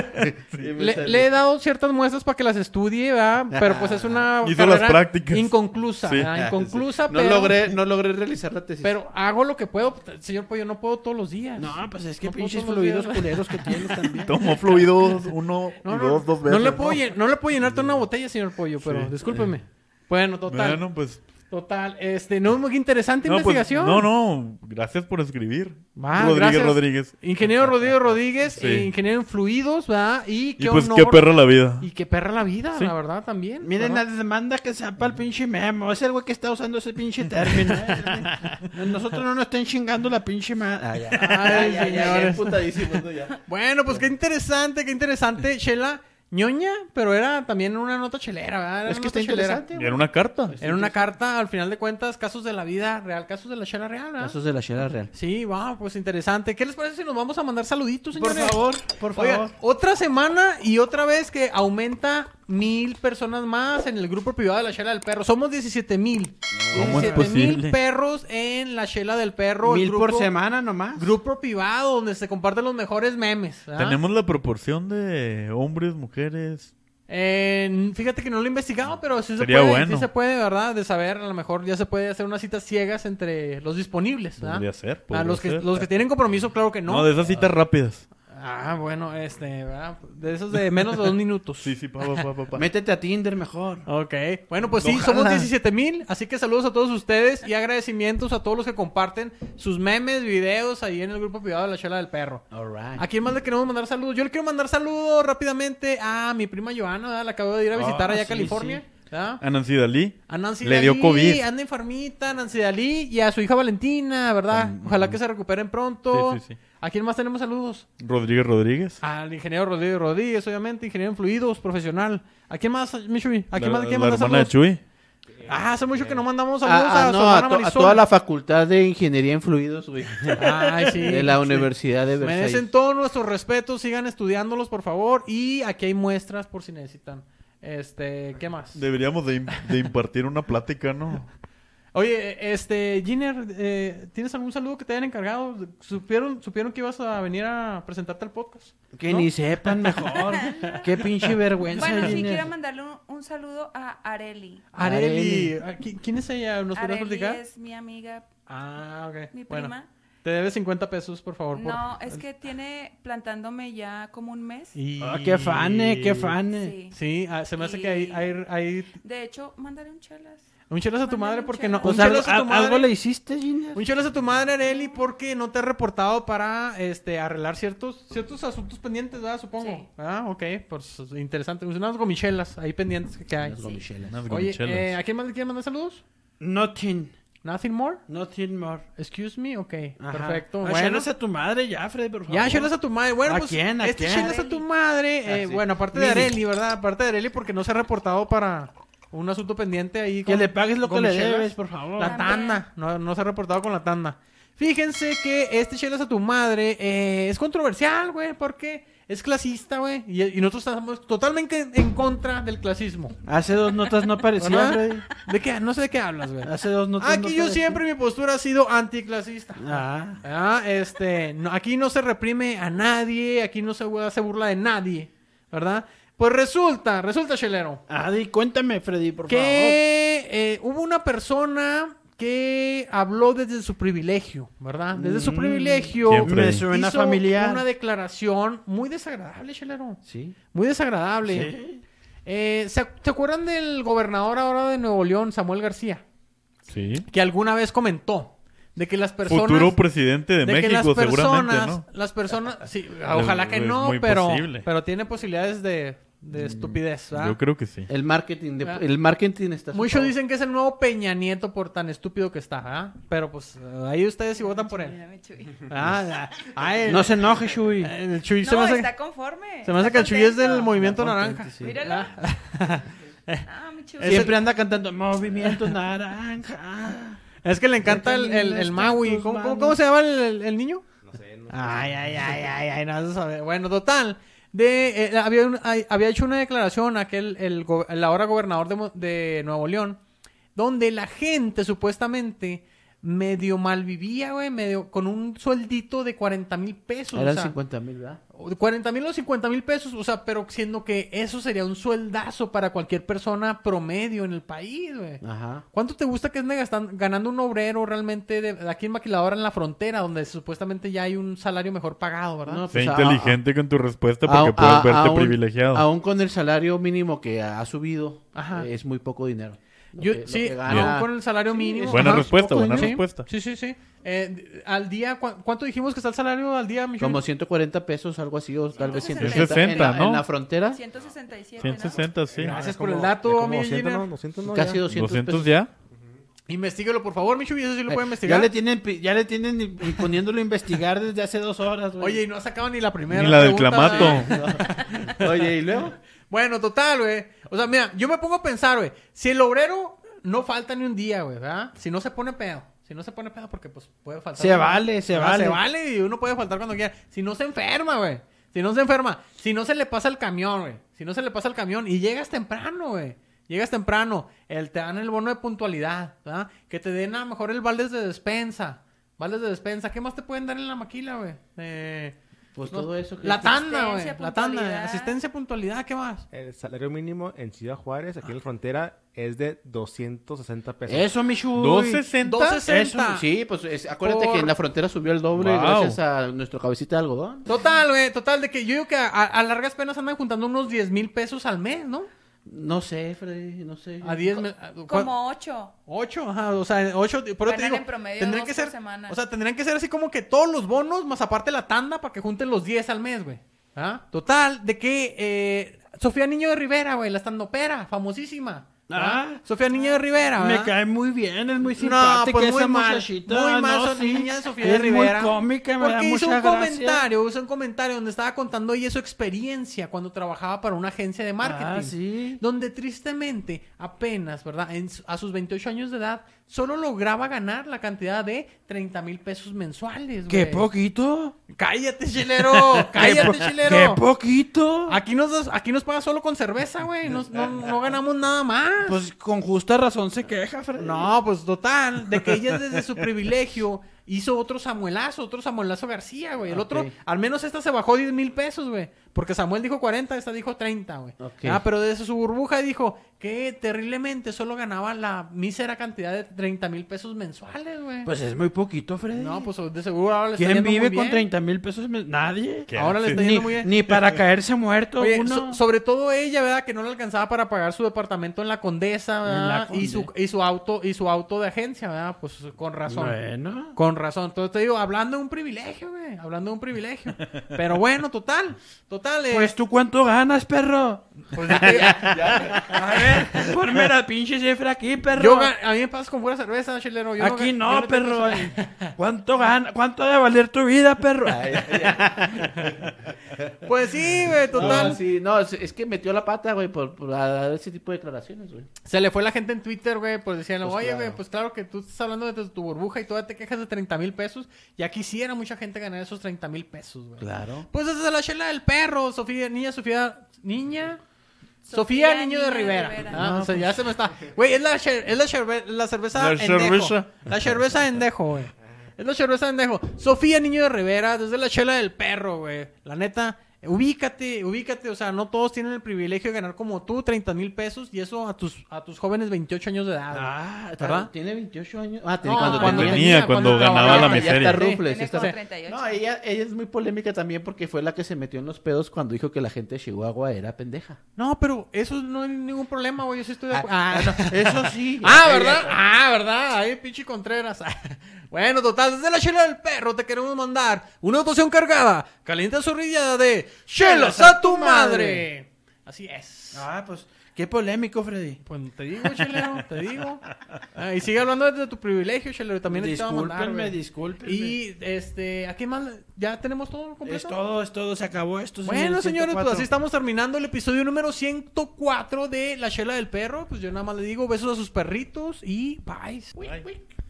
Speaker 1: le- le he dado ciertas muestras para que las estudie, ¿verdad? Pero pues es una
Speaker 3: Hizo
Speaker 1: carrera
Speaker 3: las prácticas.
Speaker 1: inconclusa,
Speaker 3: Sí.
Speaker 1: ¿verdad? inconclusa,
Speaker 4: Ah, No
Speaker 1: pero,
Speaker 4: logré, no logré realizar la tesis.
Speaker 1: pero hago lo que puedo. Señor Pollo, no puedo todos los días.
Speaker 4: no, pues es que
Speaker 1: No puedo
Speaker 4: pinches
Speaker 1: todos los días.
Speaker 4: fluidos culeros que tienes también.
Speaker 3: Tomó fluidos uno y
Speaker 1: No, no,
Speaker 3: dos, dos
Speaker 1: no
Speaker 3: veces.
Speaker 1: le puedo, llen- no le puedo llenar toda una botella, señor Pollo, pero
Speaker 3: Sí.
Speaker 1: discúlpeme. Bueno, total,
Speaker 3: Bueno, pues.
Speaker 1: total. Este, no, muy interesante
Speaker 3: No, pues,
Speaker 1: investigación.
Speaker 3: no, no, gracias por escribir.
Speaker 1: Va,
Speaker 3: Rodríguez
Speaker 1: gracias.
Speaker 3: Rodríguez.
Speaker 1: Ingeniero Rodrigo Rodríguez,
Speaker 3: Sí.
Speaker 1: eh, ingeniero en fluidos, ¿verdad? Y qué
Speaker 3: Y pues
Speaker 1: honor.
Speaker 3: qué perra la vida.
Speaker 1: Y qué perra la vida,
Speaker 3: Sí.
Speaker 1: la verdad, también.
Speaker 2: Miren la
Speaker 1: ¿verdad?
Speaker 2: demanda que se para el pinche memo. Es el güey que está usando ese pinche término. ¿eh? Nosotros no nos estén chingando la pinche madre.
Speaker 1: Ay,
Speaker 4: Ah, Ya, ya, ya,
Speaker 1: señores.
Speaker 2: pues,
Speaker 4: emputadísimos, ¿no? Ya.
Speaker 1: Bueno, pues qué interesante, qué interesante. Chela, ñoña, pero era también una nota chelera, ¿verdad? Era
Speaker 4: Es
Speaker 1: una
Speaker 4: que está
Speaker 1: nota chelera.
Speaker 4: interesante.
Speaker 3: Era una carta.
Speaker 1: Era una carta, al final de cuentas, casos de la vida real, casos de la chela real, ¿verdad?
Speaker 4: Casos de la chela real.
Speaker 1: Sí, wow, pues interesante. ¿Qué les parece si nos vamos a mandar saluditos,
Speaker 2: Por
Speaker 1: señores?
Speaker 2: favor, por favor.
Speaker 1: Oigan, otra semana y otra vez que aumenta mil personas más en el grupo privado de la Shela del Perro. Somos 17 mil.
Speaker 3: ¿Cómo es
Speaker 1: mil
Speaker 3: posible?
Speaker 1: perros en la Shela del Perro. el
Speaker 2: Mil
Speaker 1: grupo,
Speaker 2: por semana nomás.
Speaker 1: Grupo privado Ah. donde se comparten los mejores memes. ¿verdad?
Speaker 3: Tenemos la proporción de hombres, mujeres,
Speaker 1: Eh, fíjate que no lo he investigado, pero sí se
Speaker 3: Sería
Speaker 1: puede,
Speaker 3: bueno.
Speaker 1: sí se puede, ¿verdad? De saber, a lo mejor ya se puede hacer unas citas ciegas entre los disponibles, ¿verdad?
Speaker 3: Podría ser,
Speaker 1: Ah,
Speaker 3: podría
Speaker 1: los, que,
Speaker 3: ser.
Speaker 1: los que tienen compromiso, claro que no.
Speaker 3: No, de esas citas rápidas.
Speaker 1: Ah, bueno, este, ¿verdad? De esos de menos de dos minutos.
Speaker 3: Sí, sí, pa, pa, pa, pa, pa.
Speaker 4: Métete a Tinder mejor.
Speaker 1: Ok, bueno, pues sí, somos 17 mil, así que saludos a todos ustedes y agradecimientos a todos los que comparten sus memes, videos ahí en el grupo privado de la Chela del Perro.
Speaker 4: Alright.
Speaker 1: ¿A quién más le queremos mandar saludos? Yo le quiero mandar saludos rápidamente a mi prima Joana, ¿verdad? la acabo de ir a visitar
Speaker 3: Ah,
Speaker 1: allá a
Speaker 3: sí,
Speaker 1: California. ¿verdad?
Speaker 3: A Nancy Dalí.
Speaker 1: A Nancy
Speaker 3: Le dio
Speaker 1: Dalí,
Speaker 3: COVID.
Speaker 1: Anda enfermita, Nancy Dalí y a su hija Valentina, ¿verdad? Ojalá que se recuperen pronto.
Speaker 3: Sí, sí, sí.
Speaker 1: ¿A quién más tenemos saludos?
Speaker 3: Rodríguez Rodríguez.
Speaker 1: Al ingeniero Rodríguez Rodríguez, obviamente, ingeniero en fluidos, profesional. ¿A quién más, Michui? ¿A quién
Speaker 3: la,
Speaker 1: más le quieren
Speaker 3: la
Speaker 1: mandar
Speaker 3: hermana
Speaker 1: saludos?
Speaker 3: de Chuy.
Speaker 1: Ah, hace mucho que no mandamos saludos
Speaker 4: Ah,
Speaker 1: a,
Speaker 4: ah,
Speaker 1: su
Speaker 4: no,
Speaker 1: hermana
Speaker 4: a, to- a
Speaker 1: Marisol.
Speaker 4: toda la facultad de ingeniería en fluidos, güey.
Speaker 1: Ay, sí.
Speaker 4: De la
Speaker 1: sí.
Speaker 4: Universidad de Versalles.
Speaker 1: Merecen todos nuestros respetos, sigan estudiándolos, por favor. Y aquí hay muestras por si necesitan. Este, ¿qué más?
Speaker 3: Deberíamos de, im- de impartir una plática, ¿no?
Speaker 1: Oye, este, Giner, eh, ¿tienes algún saludo que te hayan encargado? ¿Supieron, supieron que ibas a venir a presentarte al podcast?
Speaker 4: Que ni sepan mejor. Qué pinche vergüenza.
Speaker 5: Bueno, sí,
Speaker 4: Gina.
Speaker 5: quiero mandarle un, un saludo a Areli.
Speaker 1: Areli, ¿a qui- ¿quién es ella? ¿Nos podrías
Speaker 5: Areli
Speaker 1: platicar?
Speaker 5: es mi amiga,
Speaker 1: Ah, ok.
Speaker 5: mi
Speaker 1: Bueno,
Speaker 5: prima.
Speaker 1: te debes 50 pesos, por favor. por-
Speaker 5: No, es que tiene plantándome ya como un mes.
Speaker 1: Y-
Speaker 2: Ah, qué fane, qué fane.
Speaker 5: Sí.
Speaker 1: Sí, ah, se me hace que hay, hay, hay-
Speaker 5: De hecho, mándale un chelas.
Speaker 1: Un chelas a tu madre porque no...
Speaker 2: Pues
Speaker 1: un chelas
Speaker 2: algo,
Speaker 1: a tu
Speaker 2: a- algo
Speaker 1: madre.
Speaker 2: le hiciste, Gina.
Speaker 1: Un chelas a tu madre, Areli, porque no te has reportado para este, arreglar ciertos, ciertos asuntos pendientes, ¿verdad? Supongo.
Speaker 5: Sí.
Speaker 1: Ah, ok. Pues interesante. Unas gomichelas ahí pendientes que, que hay.
Speaker 3: Unas
Speaker 1: Oye,
Speaker 3: gomichelas.
Speaker 1: eh, ¿a quién más le quieren mandar saludos?
Speaker 2: Nothing.
Speaker 1: Nothing more.
Speaker 2: Nothing more.
Speaker 1: Excuse me. Ok.
Speaker 2: Ajá.
Speaker 1: Perfecto.
Speaker 2: Ah,
Speaker 1: bueno.
Speaker 2: chelas a tu madre ya, Fred, por favor.
Speaker 1: Ya, chelas a tu madre. Bueno,
Speaker 2: ¿A
Speaker 1: pues.
Speaker 2: quién? ¿A
Speaker 1: este
Speaker 2: quién?
Speaker 1: chelas a tu madre. eh,
Speaker 2: Ah, sí.
Speaker 1: Bueno, aparte de
Speaker 2: Miri.
Speaker 1: Areli, ¿verdad? Aparte de Areli, porque no se ha reportado para un asunto pendiente ahí.
Speaker 2: Que
Speaker 1: con-
Speaker 2: le pagues lo que
Speaker 1: con
Speaker 2: le
Speaker 1: Michelas.
Speaker 2: debes, por favor.
Speaker 1: La
Speaker 5: También.
Speaker 1: tanda. No, no se ha reportado con la tanda. Fíjense que este chelas a tu madre eh, es controversial, güey, porque es clasista, güey. Y, y nosotros estamos totalmente en contra del clasismo.
Speaker 2: Hace dos notas no aparecía,
Speaker 1: ¿verdad?
Speaker 2: Freddy.
Speaker 1: ¿De qué? No sé de qué hablas, güey.
Speaker 2: Hace dos notas no
Speaker 1: Aquí Ah, yo
Speaker 2: aparecía.
Speaker 1: siempre mi postura ha sido anticlasista.
Speaker 2: Ah.
Speaker 1: Ah, este, no- aquí no se reprime a nadie, aquí no se bu- hace burla de nadie, ¿verdad? Pues resulta, resulta, chelero,
Speaker 2: Ah, di, cuéntame, Freddy, por
Speaker 1: que eh, hubo una persona que habló desde su privilegio, ¿verdad? Desde su
Speaker 2: Mm.
Speaker 1: privilegio
Speaker 3: ¿Quién,
Speaker 2: favor. Me
Speaker 3: Freddy.
Speaker 2: suena
Speaker 1: hizo
Speaker 2: familiar.
Speaker 1: una declaración muy desagradable, chelero,
Speaker 2: Sí.
Speaker 1: muy desagradable.
Speaker 2: Sí.
Speaker 1: Eh, ¿se, ac- ¿Se acuerdan del gobernador ahora de Nuevo León, Samuel García?
Speaker 3: Sí.
Speaker 1: Que alguna vez comentó de que las personas...
Speaker 3: Futuro presidente de,
Speaker 1: que
Speaker 3: México,
Speaker 1: las
Speaker 3: seguramente,
Speaker 1: personas,
Speaker 3: ¿no?
Speaker 1: las personas, sí, ojalá que
Speaker 3: es
Speaker 1: no,
Speaker 3: muy
Speaker 1: pero,
Speaker 3: posible.
Speaker 1: pero tiene posibilidades de, de estupidez, ¿verdad?
Speaker 3: Yo creo que sí.
Speaker 4: El marketing, de-
Speaker 1: Ah.
Speaker 4: el marketing está. a su
Speaker 1: Muchos
Speaker 4: favor.
Speaker 1: dicen que es el nuevo Peña Nieto por tan estúpido que está, ¿verdad? Pero pues eh, ahí ustedes si votan por él.
Speaker 5: Mira, mi Chuy.
Speaker 1: Ah, ah, ay,
Speaker 2: No se enoje, Shui.
Speaker 1: el Chuy se
Speaker 5: pues. No,
Speaker 1: me hace,
Speaker 5: está conforme.
Speaker 1: se me hace
Speaker 5: está
Speaker 1: que el Chuy es del
Speaker 5: contento.
Speaker 1: movimiento
Speaker 2: Está contento,
Speaker 1: naranja.
Speaker 2: sí.
Speaker 5: Míralo. Ah, mi Chuy.
Speaker 2: Siempre anda cantando Movimiento Naranja.
Speaker 1: Es que le encanta el, el, el Maui. ¿Cómo, cómo, cómo se llama el, el- el niño?
Speaker 6: No sé, no sé.
Speaker 1: Ay, ay, ay, ay, ay, no vas a saber. Bueno, total. De, eh, había, un- ay, había hecho una declaración aquel, el, go- el ahora gobernador de, Mo- de Nuevo León, donde la gente supuestamente medio malvivía, güey, medio con un sueldito de 40 mil pesos.
Speaker 4: Eran
Speaker 1: o sea,
Speaker 4: 50 mil, ¿verdad?
Speaker 1: o de 40 mil o 50 mil pesos, o sea, pero siendo que eso sería un sueldazo para cualquier persona promedio en el país, güey.
Speaker 4: Ajá.
Speaker 1: ¿Cuánto te gusta que ande gastan- ganando un obrero realmente de, de aquí en Maquiladora en la frontera, donde supuestamente ya hay un salario mejor pagado, ¿verdad?
Speaker 4: No,
Speaker 3: Sé
Speaker 4: pues, a-
Speaker 3: inteligente con tu respuesta
Speaker 4: a-
Speaker 3: porque puedes
Speaker 4: a-
Speaker 3: verte
Speaker 4: aún-
Speaker 3: privilegiado.
Speaker 4: Aún con el salario mínimo que ha subido,
Speaker 1: Ajá.
Speaker 4: eh, es muy poco dinero. Lo
Speaker 1: Yo,
Speaker 4: que- lo
Speaker 1: sí,
Speaker 4: que gana-
Speaker 1: aún con el salario mínimo.
Speaker 3: Buena
Speaker 1: Ajá.
Speaker 3: respuesta,
Speaker 1: Poco
Speaker 3: buena
Speaker 1: dinero. Sí,
Speaker 3: respuesta.
Speaker 1: Sí, sí, sí. Eh, d- al día, ¿cu- ¿cuánto dijimos que está el salario al día, Michelle?
Speaker 4: Como 140 pesos, algo así, o tal vez
Speaker 5: 160,
Speaker 4: 160. en, la,
Speaker 3: ¿no?
Speaker 4: en la frontera,
Speaker 5: 167.
Speaker 3: 160, sí.
Speaker 1: Gracias
Speaker 6: Ya
Speaker 1: por el
Speaker 6: Ah, como-
Speaker 1: dato,
Speaker 6: ya como
Speaker 1: mi
Speaker 6: 200,
Speaker 1: Gina.
Speaker 6: ¿no? 200, ¿no?
Speaker 4: casi
Speaker 6: Ya.
Speaker 4: 200,
Speaker 3: 200
Speaker 4: pesos.
Speaker 3: ya.
Speaker 1: Investíguelo, por favor, Michu, y eso sí lo puede
Speaker 2: Eh, Ya
Speaker 1: investigar.
Speaker 2: le tienen, pi- ya le tienen y- y poniéndolo a investigar desde hace dos horas, güey.
Speaker 1: Oye, y no ha sacado ni la primera.
Speaker 3: Ni la del
Speaker 1: pregunta, ¿eh?
Speaker 3: clamato.
Speaker 1: güey.
Speaker 4: Oye, ¿y luego?
Speaker 1: Bueno, total, güey. O sea, mira, yo me pongo a pensar, güey. Si el obrero no falta ni un día, güey, ¿verdad? Si no se pone pedo. Si no se pone pedo, porque pues puede faltar.
Speaker 2: Se vale, se
Speaker 1: Ah,
Speaker 2: vale.
Speaker 1: Se vale y uno puede faltar cuando quiera. Si no se enferma, güey. Si no se enferma. Si no se le pasa el camión, güey. Si no se le pasa el camión y llegas temprano, güey. Llegas temprano. El, te dan el bono de puntualidad, ¿verdad? Que te den a lo mejor el vales de despensa. Vales de despensa. ¿Qué más te pueden dar en la maquila, güey? Eh,
Speaker 4: Pues
Speaker 1: No,
Speaker 4: todo eso que...
Speaker 1: La tanda, güey.
Speaker 5: Asistencia,
Speaker 1: La tanda.
Speaker 5: puntualidad.
Speaker 1: Asistencia, puntualidad, ¿qué más?
Speaker 6: El salario mínimo en Ciudad Juárez, aquí en la frontera, es de 260 pesos.
Speaker 2: Eso, Michu.
Speaker 1: ¿260?
Speaker 2: Eso,
Speaker 4: Sí, pues es- acuérdate
Speaker 1: Por-
Speaker 4: que en la frontera subió el doble
Speaker 3: Wow.
Speaker 4: gracias a nuestro cabecita de algodón.
Speaker 1: Total, güey. Total, de que yo digo que a, a largas penas andan juntando unos 10 mil pesos al mes, ¿no?
Speaker 4: No sé, Freddy, no sé.
Speaker 1: A 10 mil.
Speaker 5: Como ocho.
Speaker 1: 8, ajá, o sea, 8, pero te
Speaker 5: Ganan
Speaker 1: digo,
Speaker 5: en promedio
Speaker 1: tendrían
Speaker 5: dos
Speaker 1: que
Speaker 5: por
Speaker 1: ser,
Speaker 5: semana.
Speaker 1: o sea, tendrían que ser así como que todos los bonos, más aparte la tanda, para que junten los 10 al mes, güey. ¿Ah? Total, de que eh, Sofía Niño de Rivera, güey, la estandopera, famosísima. ¿Ah?
Speaker 2: Ah.
Speaker 1: Sofía Niño de Rivera,
Speaker 2: Me
Speaker 1: ¿verdad?
Speaker 2: cae muy bien, es muy
Speaker 1: No,
Speaker 2: simpática
Speaker 1: pues muy
Speaker 2: esa
Speaker 1: mal,
Speaker 2: muchachita.
Speaker 1: muy mal
Speaker 2: no,
Speaker 1: su
Speaker 2: sí.
Speaker 1: niña de Sofía
Speaker 2: es
Speaker 1: de Rivera.
Speaker 2: muy cómica, me da
Speaker 1: Porque hizo
Speaker 2: mucha
Speaker 1: un
Speaker 2: gracia.
Speaker 1: comentario, hizo un comentario donde estaba contando ella su experiencia cuando trabajaba para una agencia de marketing.
Speaker 2: Ah, sí.
Speaker 1: Donde tristemente, apenas, ¿verdad? En su- a sus 28 años de edad, solo lograba ganar la cantidad de 30 mil pesos mensuales,
Speaker 2: Qué
Speaker 1: güey.
Speaker 2: poquito.
Speaker 1: ¡Cállate, chilero!
Speaker 2: Qué po-
Speaker 1: ¡Cállate,
Speaker 2: Qué
Speaker 1: chilero! Ah.
Speaker 2: poquito.
Speaker 1: Aquí nos, das- aquí nos pagas solo con cerveza, güey. No, no- no ganamos nada más.
Speaker 2: Pues con justa razón se queja, Fred.
Speaker 1: No, pues total, de que ella desde su privilegio hizo otro Samuelazo, otro Samuelazo García, güey. El otro,
Speaker 4: Ok.
Speaker 1: al menos esta se bajó 10 mil pesos, güey. Porque Samuel dijo 40, esta dijo 30, güey.
Speaker 4: Ok.
Speaker 1: Ah, pero desde su burbuja dijo que terriblemente solo ganaba la mísera cantidad de 30 mil pesos mensuales, güey.
Speaker 2: Pues es muy poquito, Fred.
Speaker 1: no, pues de seguro ahora le está
Speaker 2: ¿Quién
Speaker 1: yendo muy
Speaker 2: vive con
Speaker 1: bien.
Speaker 2: 30 mil pesos? mes- Nadie.
Speaker 3: ¿Qué?
Speaker 1: Ahora le está
Speaker 2: Ni,
Speaker 1: yendo muy bien.
Speaker 2: ni para caerse muerto
Speaker 1: Oye,
Speaker 2: uno.
Speaker 1: so- sobre todo ella, ¿verdad? Que no le alcanzaba para pagar su departamento en la Condesa, ¿verdad?
Speaker 2: En la
Speaker 1: Y, su,
Speaker 2: Conde-
Speaker 1: y su auto y su auto de agencia, ¿verdad? Pues con razón.
Speaker 2: Bueno.
Speaker 1: Con razón. Entonces te digo, hablando de un privilegio, güey. Hablando de un privilegio. Pero bueno, total. Total. eh,
Speaker 2: Pues tú cuánto ganas, perro.
Speaker 1: pues, yo te-
Speaker 2: A ver, ponme la pinche cifra aquí, perro.
Speaker 1: yo ga- a mí me pasas con pura cerveza, chilero. Yo
Speaker 2: aquí
Speaker 1: ga-
Speaker 2: no,
Speaker 1: yo tengo
Speaker 2: perro.
Speaker 1: esa-
Speaker 2: ¿Cuánto gana? ¿Cuánto ha de valer tu vida, perro?
Speaker 1: Pues sí, güey, total.
Speaker 4: No, sí, no, es, es que metió la pata, güey, por, por dar ese tipo de declaraciones, güey.
Speaker 1: Se le fue la gente en Twitter, güey, pues decían, oye, güey,
Speaker 4: claro.
Speaker 1: pues claro que tú estás hablando de tu burbuja y todavía te quejas de 30 mil pesos. Ya quisiera mucha gente ganar esos 30 mil pesos, güey.
Speaker 2: Claro.
Speaker 1: Pues esa es la chela del perro, Sofía, niña, Sofía, niña. Sofía, Niño de Rivera. Ah, o sea, ya se me está. Güey, es la, cher- es la, cherve- la cerveza
Speaker 3: La
Speaker 1: endejo.
Speaker 3: cerveza.
Speaker 1: La cerveza endejo, güey. Es la cerveza endejo. Sofía, Niño de Rivera, desde la chela del perro, güey. La neta, ubícate, ubícate. O sea, no todos tienen el privilegio de ganar como tú 30 mil pesos y eso a tus, a tus jóvenes 28 años de edad. güey.
Speaker 4: Ah,
Speaker 1: ¿Verdad?
Speaker 4: tiene 28 años. Ah,
Speaker 1: No,
Speaker 4: cuando,
Speaker 3: cuando
Speaker 4: tenía.
Speaker 3: tenía, cuando ganaba
Speaker 4: la
Speaker 1: ya
Speaker 4: miseria.
Speaker 1: está rufles,
Speaker 5: Tiene
Speaker 1: está-
Speaker 5: como 38.
Speaker 4: No, ella, ella es muy polémica también porque fue la que se metió en los pedos cuando dijo que la gente de Chihuahua era pendeja.
Speaker 1: No, pero eso no es ningún problema, güey. Yo sí estoy de acuerdo. Ah, no.
Speaker 4: Eso sí.
Speaker 1: Ah, ¿verdad? Ah, ¿verdad? Ahí, pinche Contreras. bueno, total, desde la chela del perro te queremos mandar una dotación cargada, caliente zorrillada de chelas a tu madre. Así es.
Speaker 2: Ah, pues, qué polémico, Freddy.
Speaker 1: Pues te digo, chelero, te digo. Ah, y sigue hablando de tu privilegio, chelero. También ahí te va a mandar,
Speaker 2: Discúlpenme,
Speaker 1: güey.
Speaker 2: discúlpenme.
Speaker 1: Y, este, ¿a qué más? ¿Ya tenemos todo completo?
Speaker 2: Es todo, es todo, se acabó esto.
Speaker 1: Bueno, señores, pues
Speaker 2: 104.
Speaker 1: así estamos terminando el episodio número 104 de La Chela del Perro. Pues yo nada más le digo besos a sus perritos y bye. Uy, uy.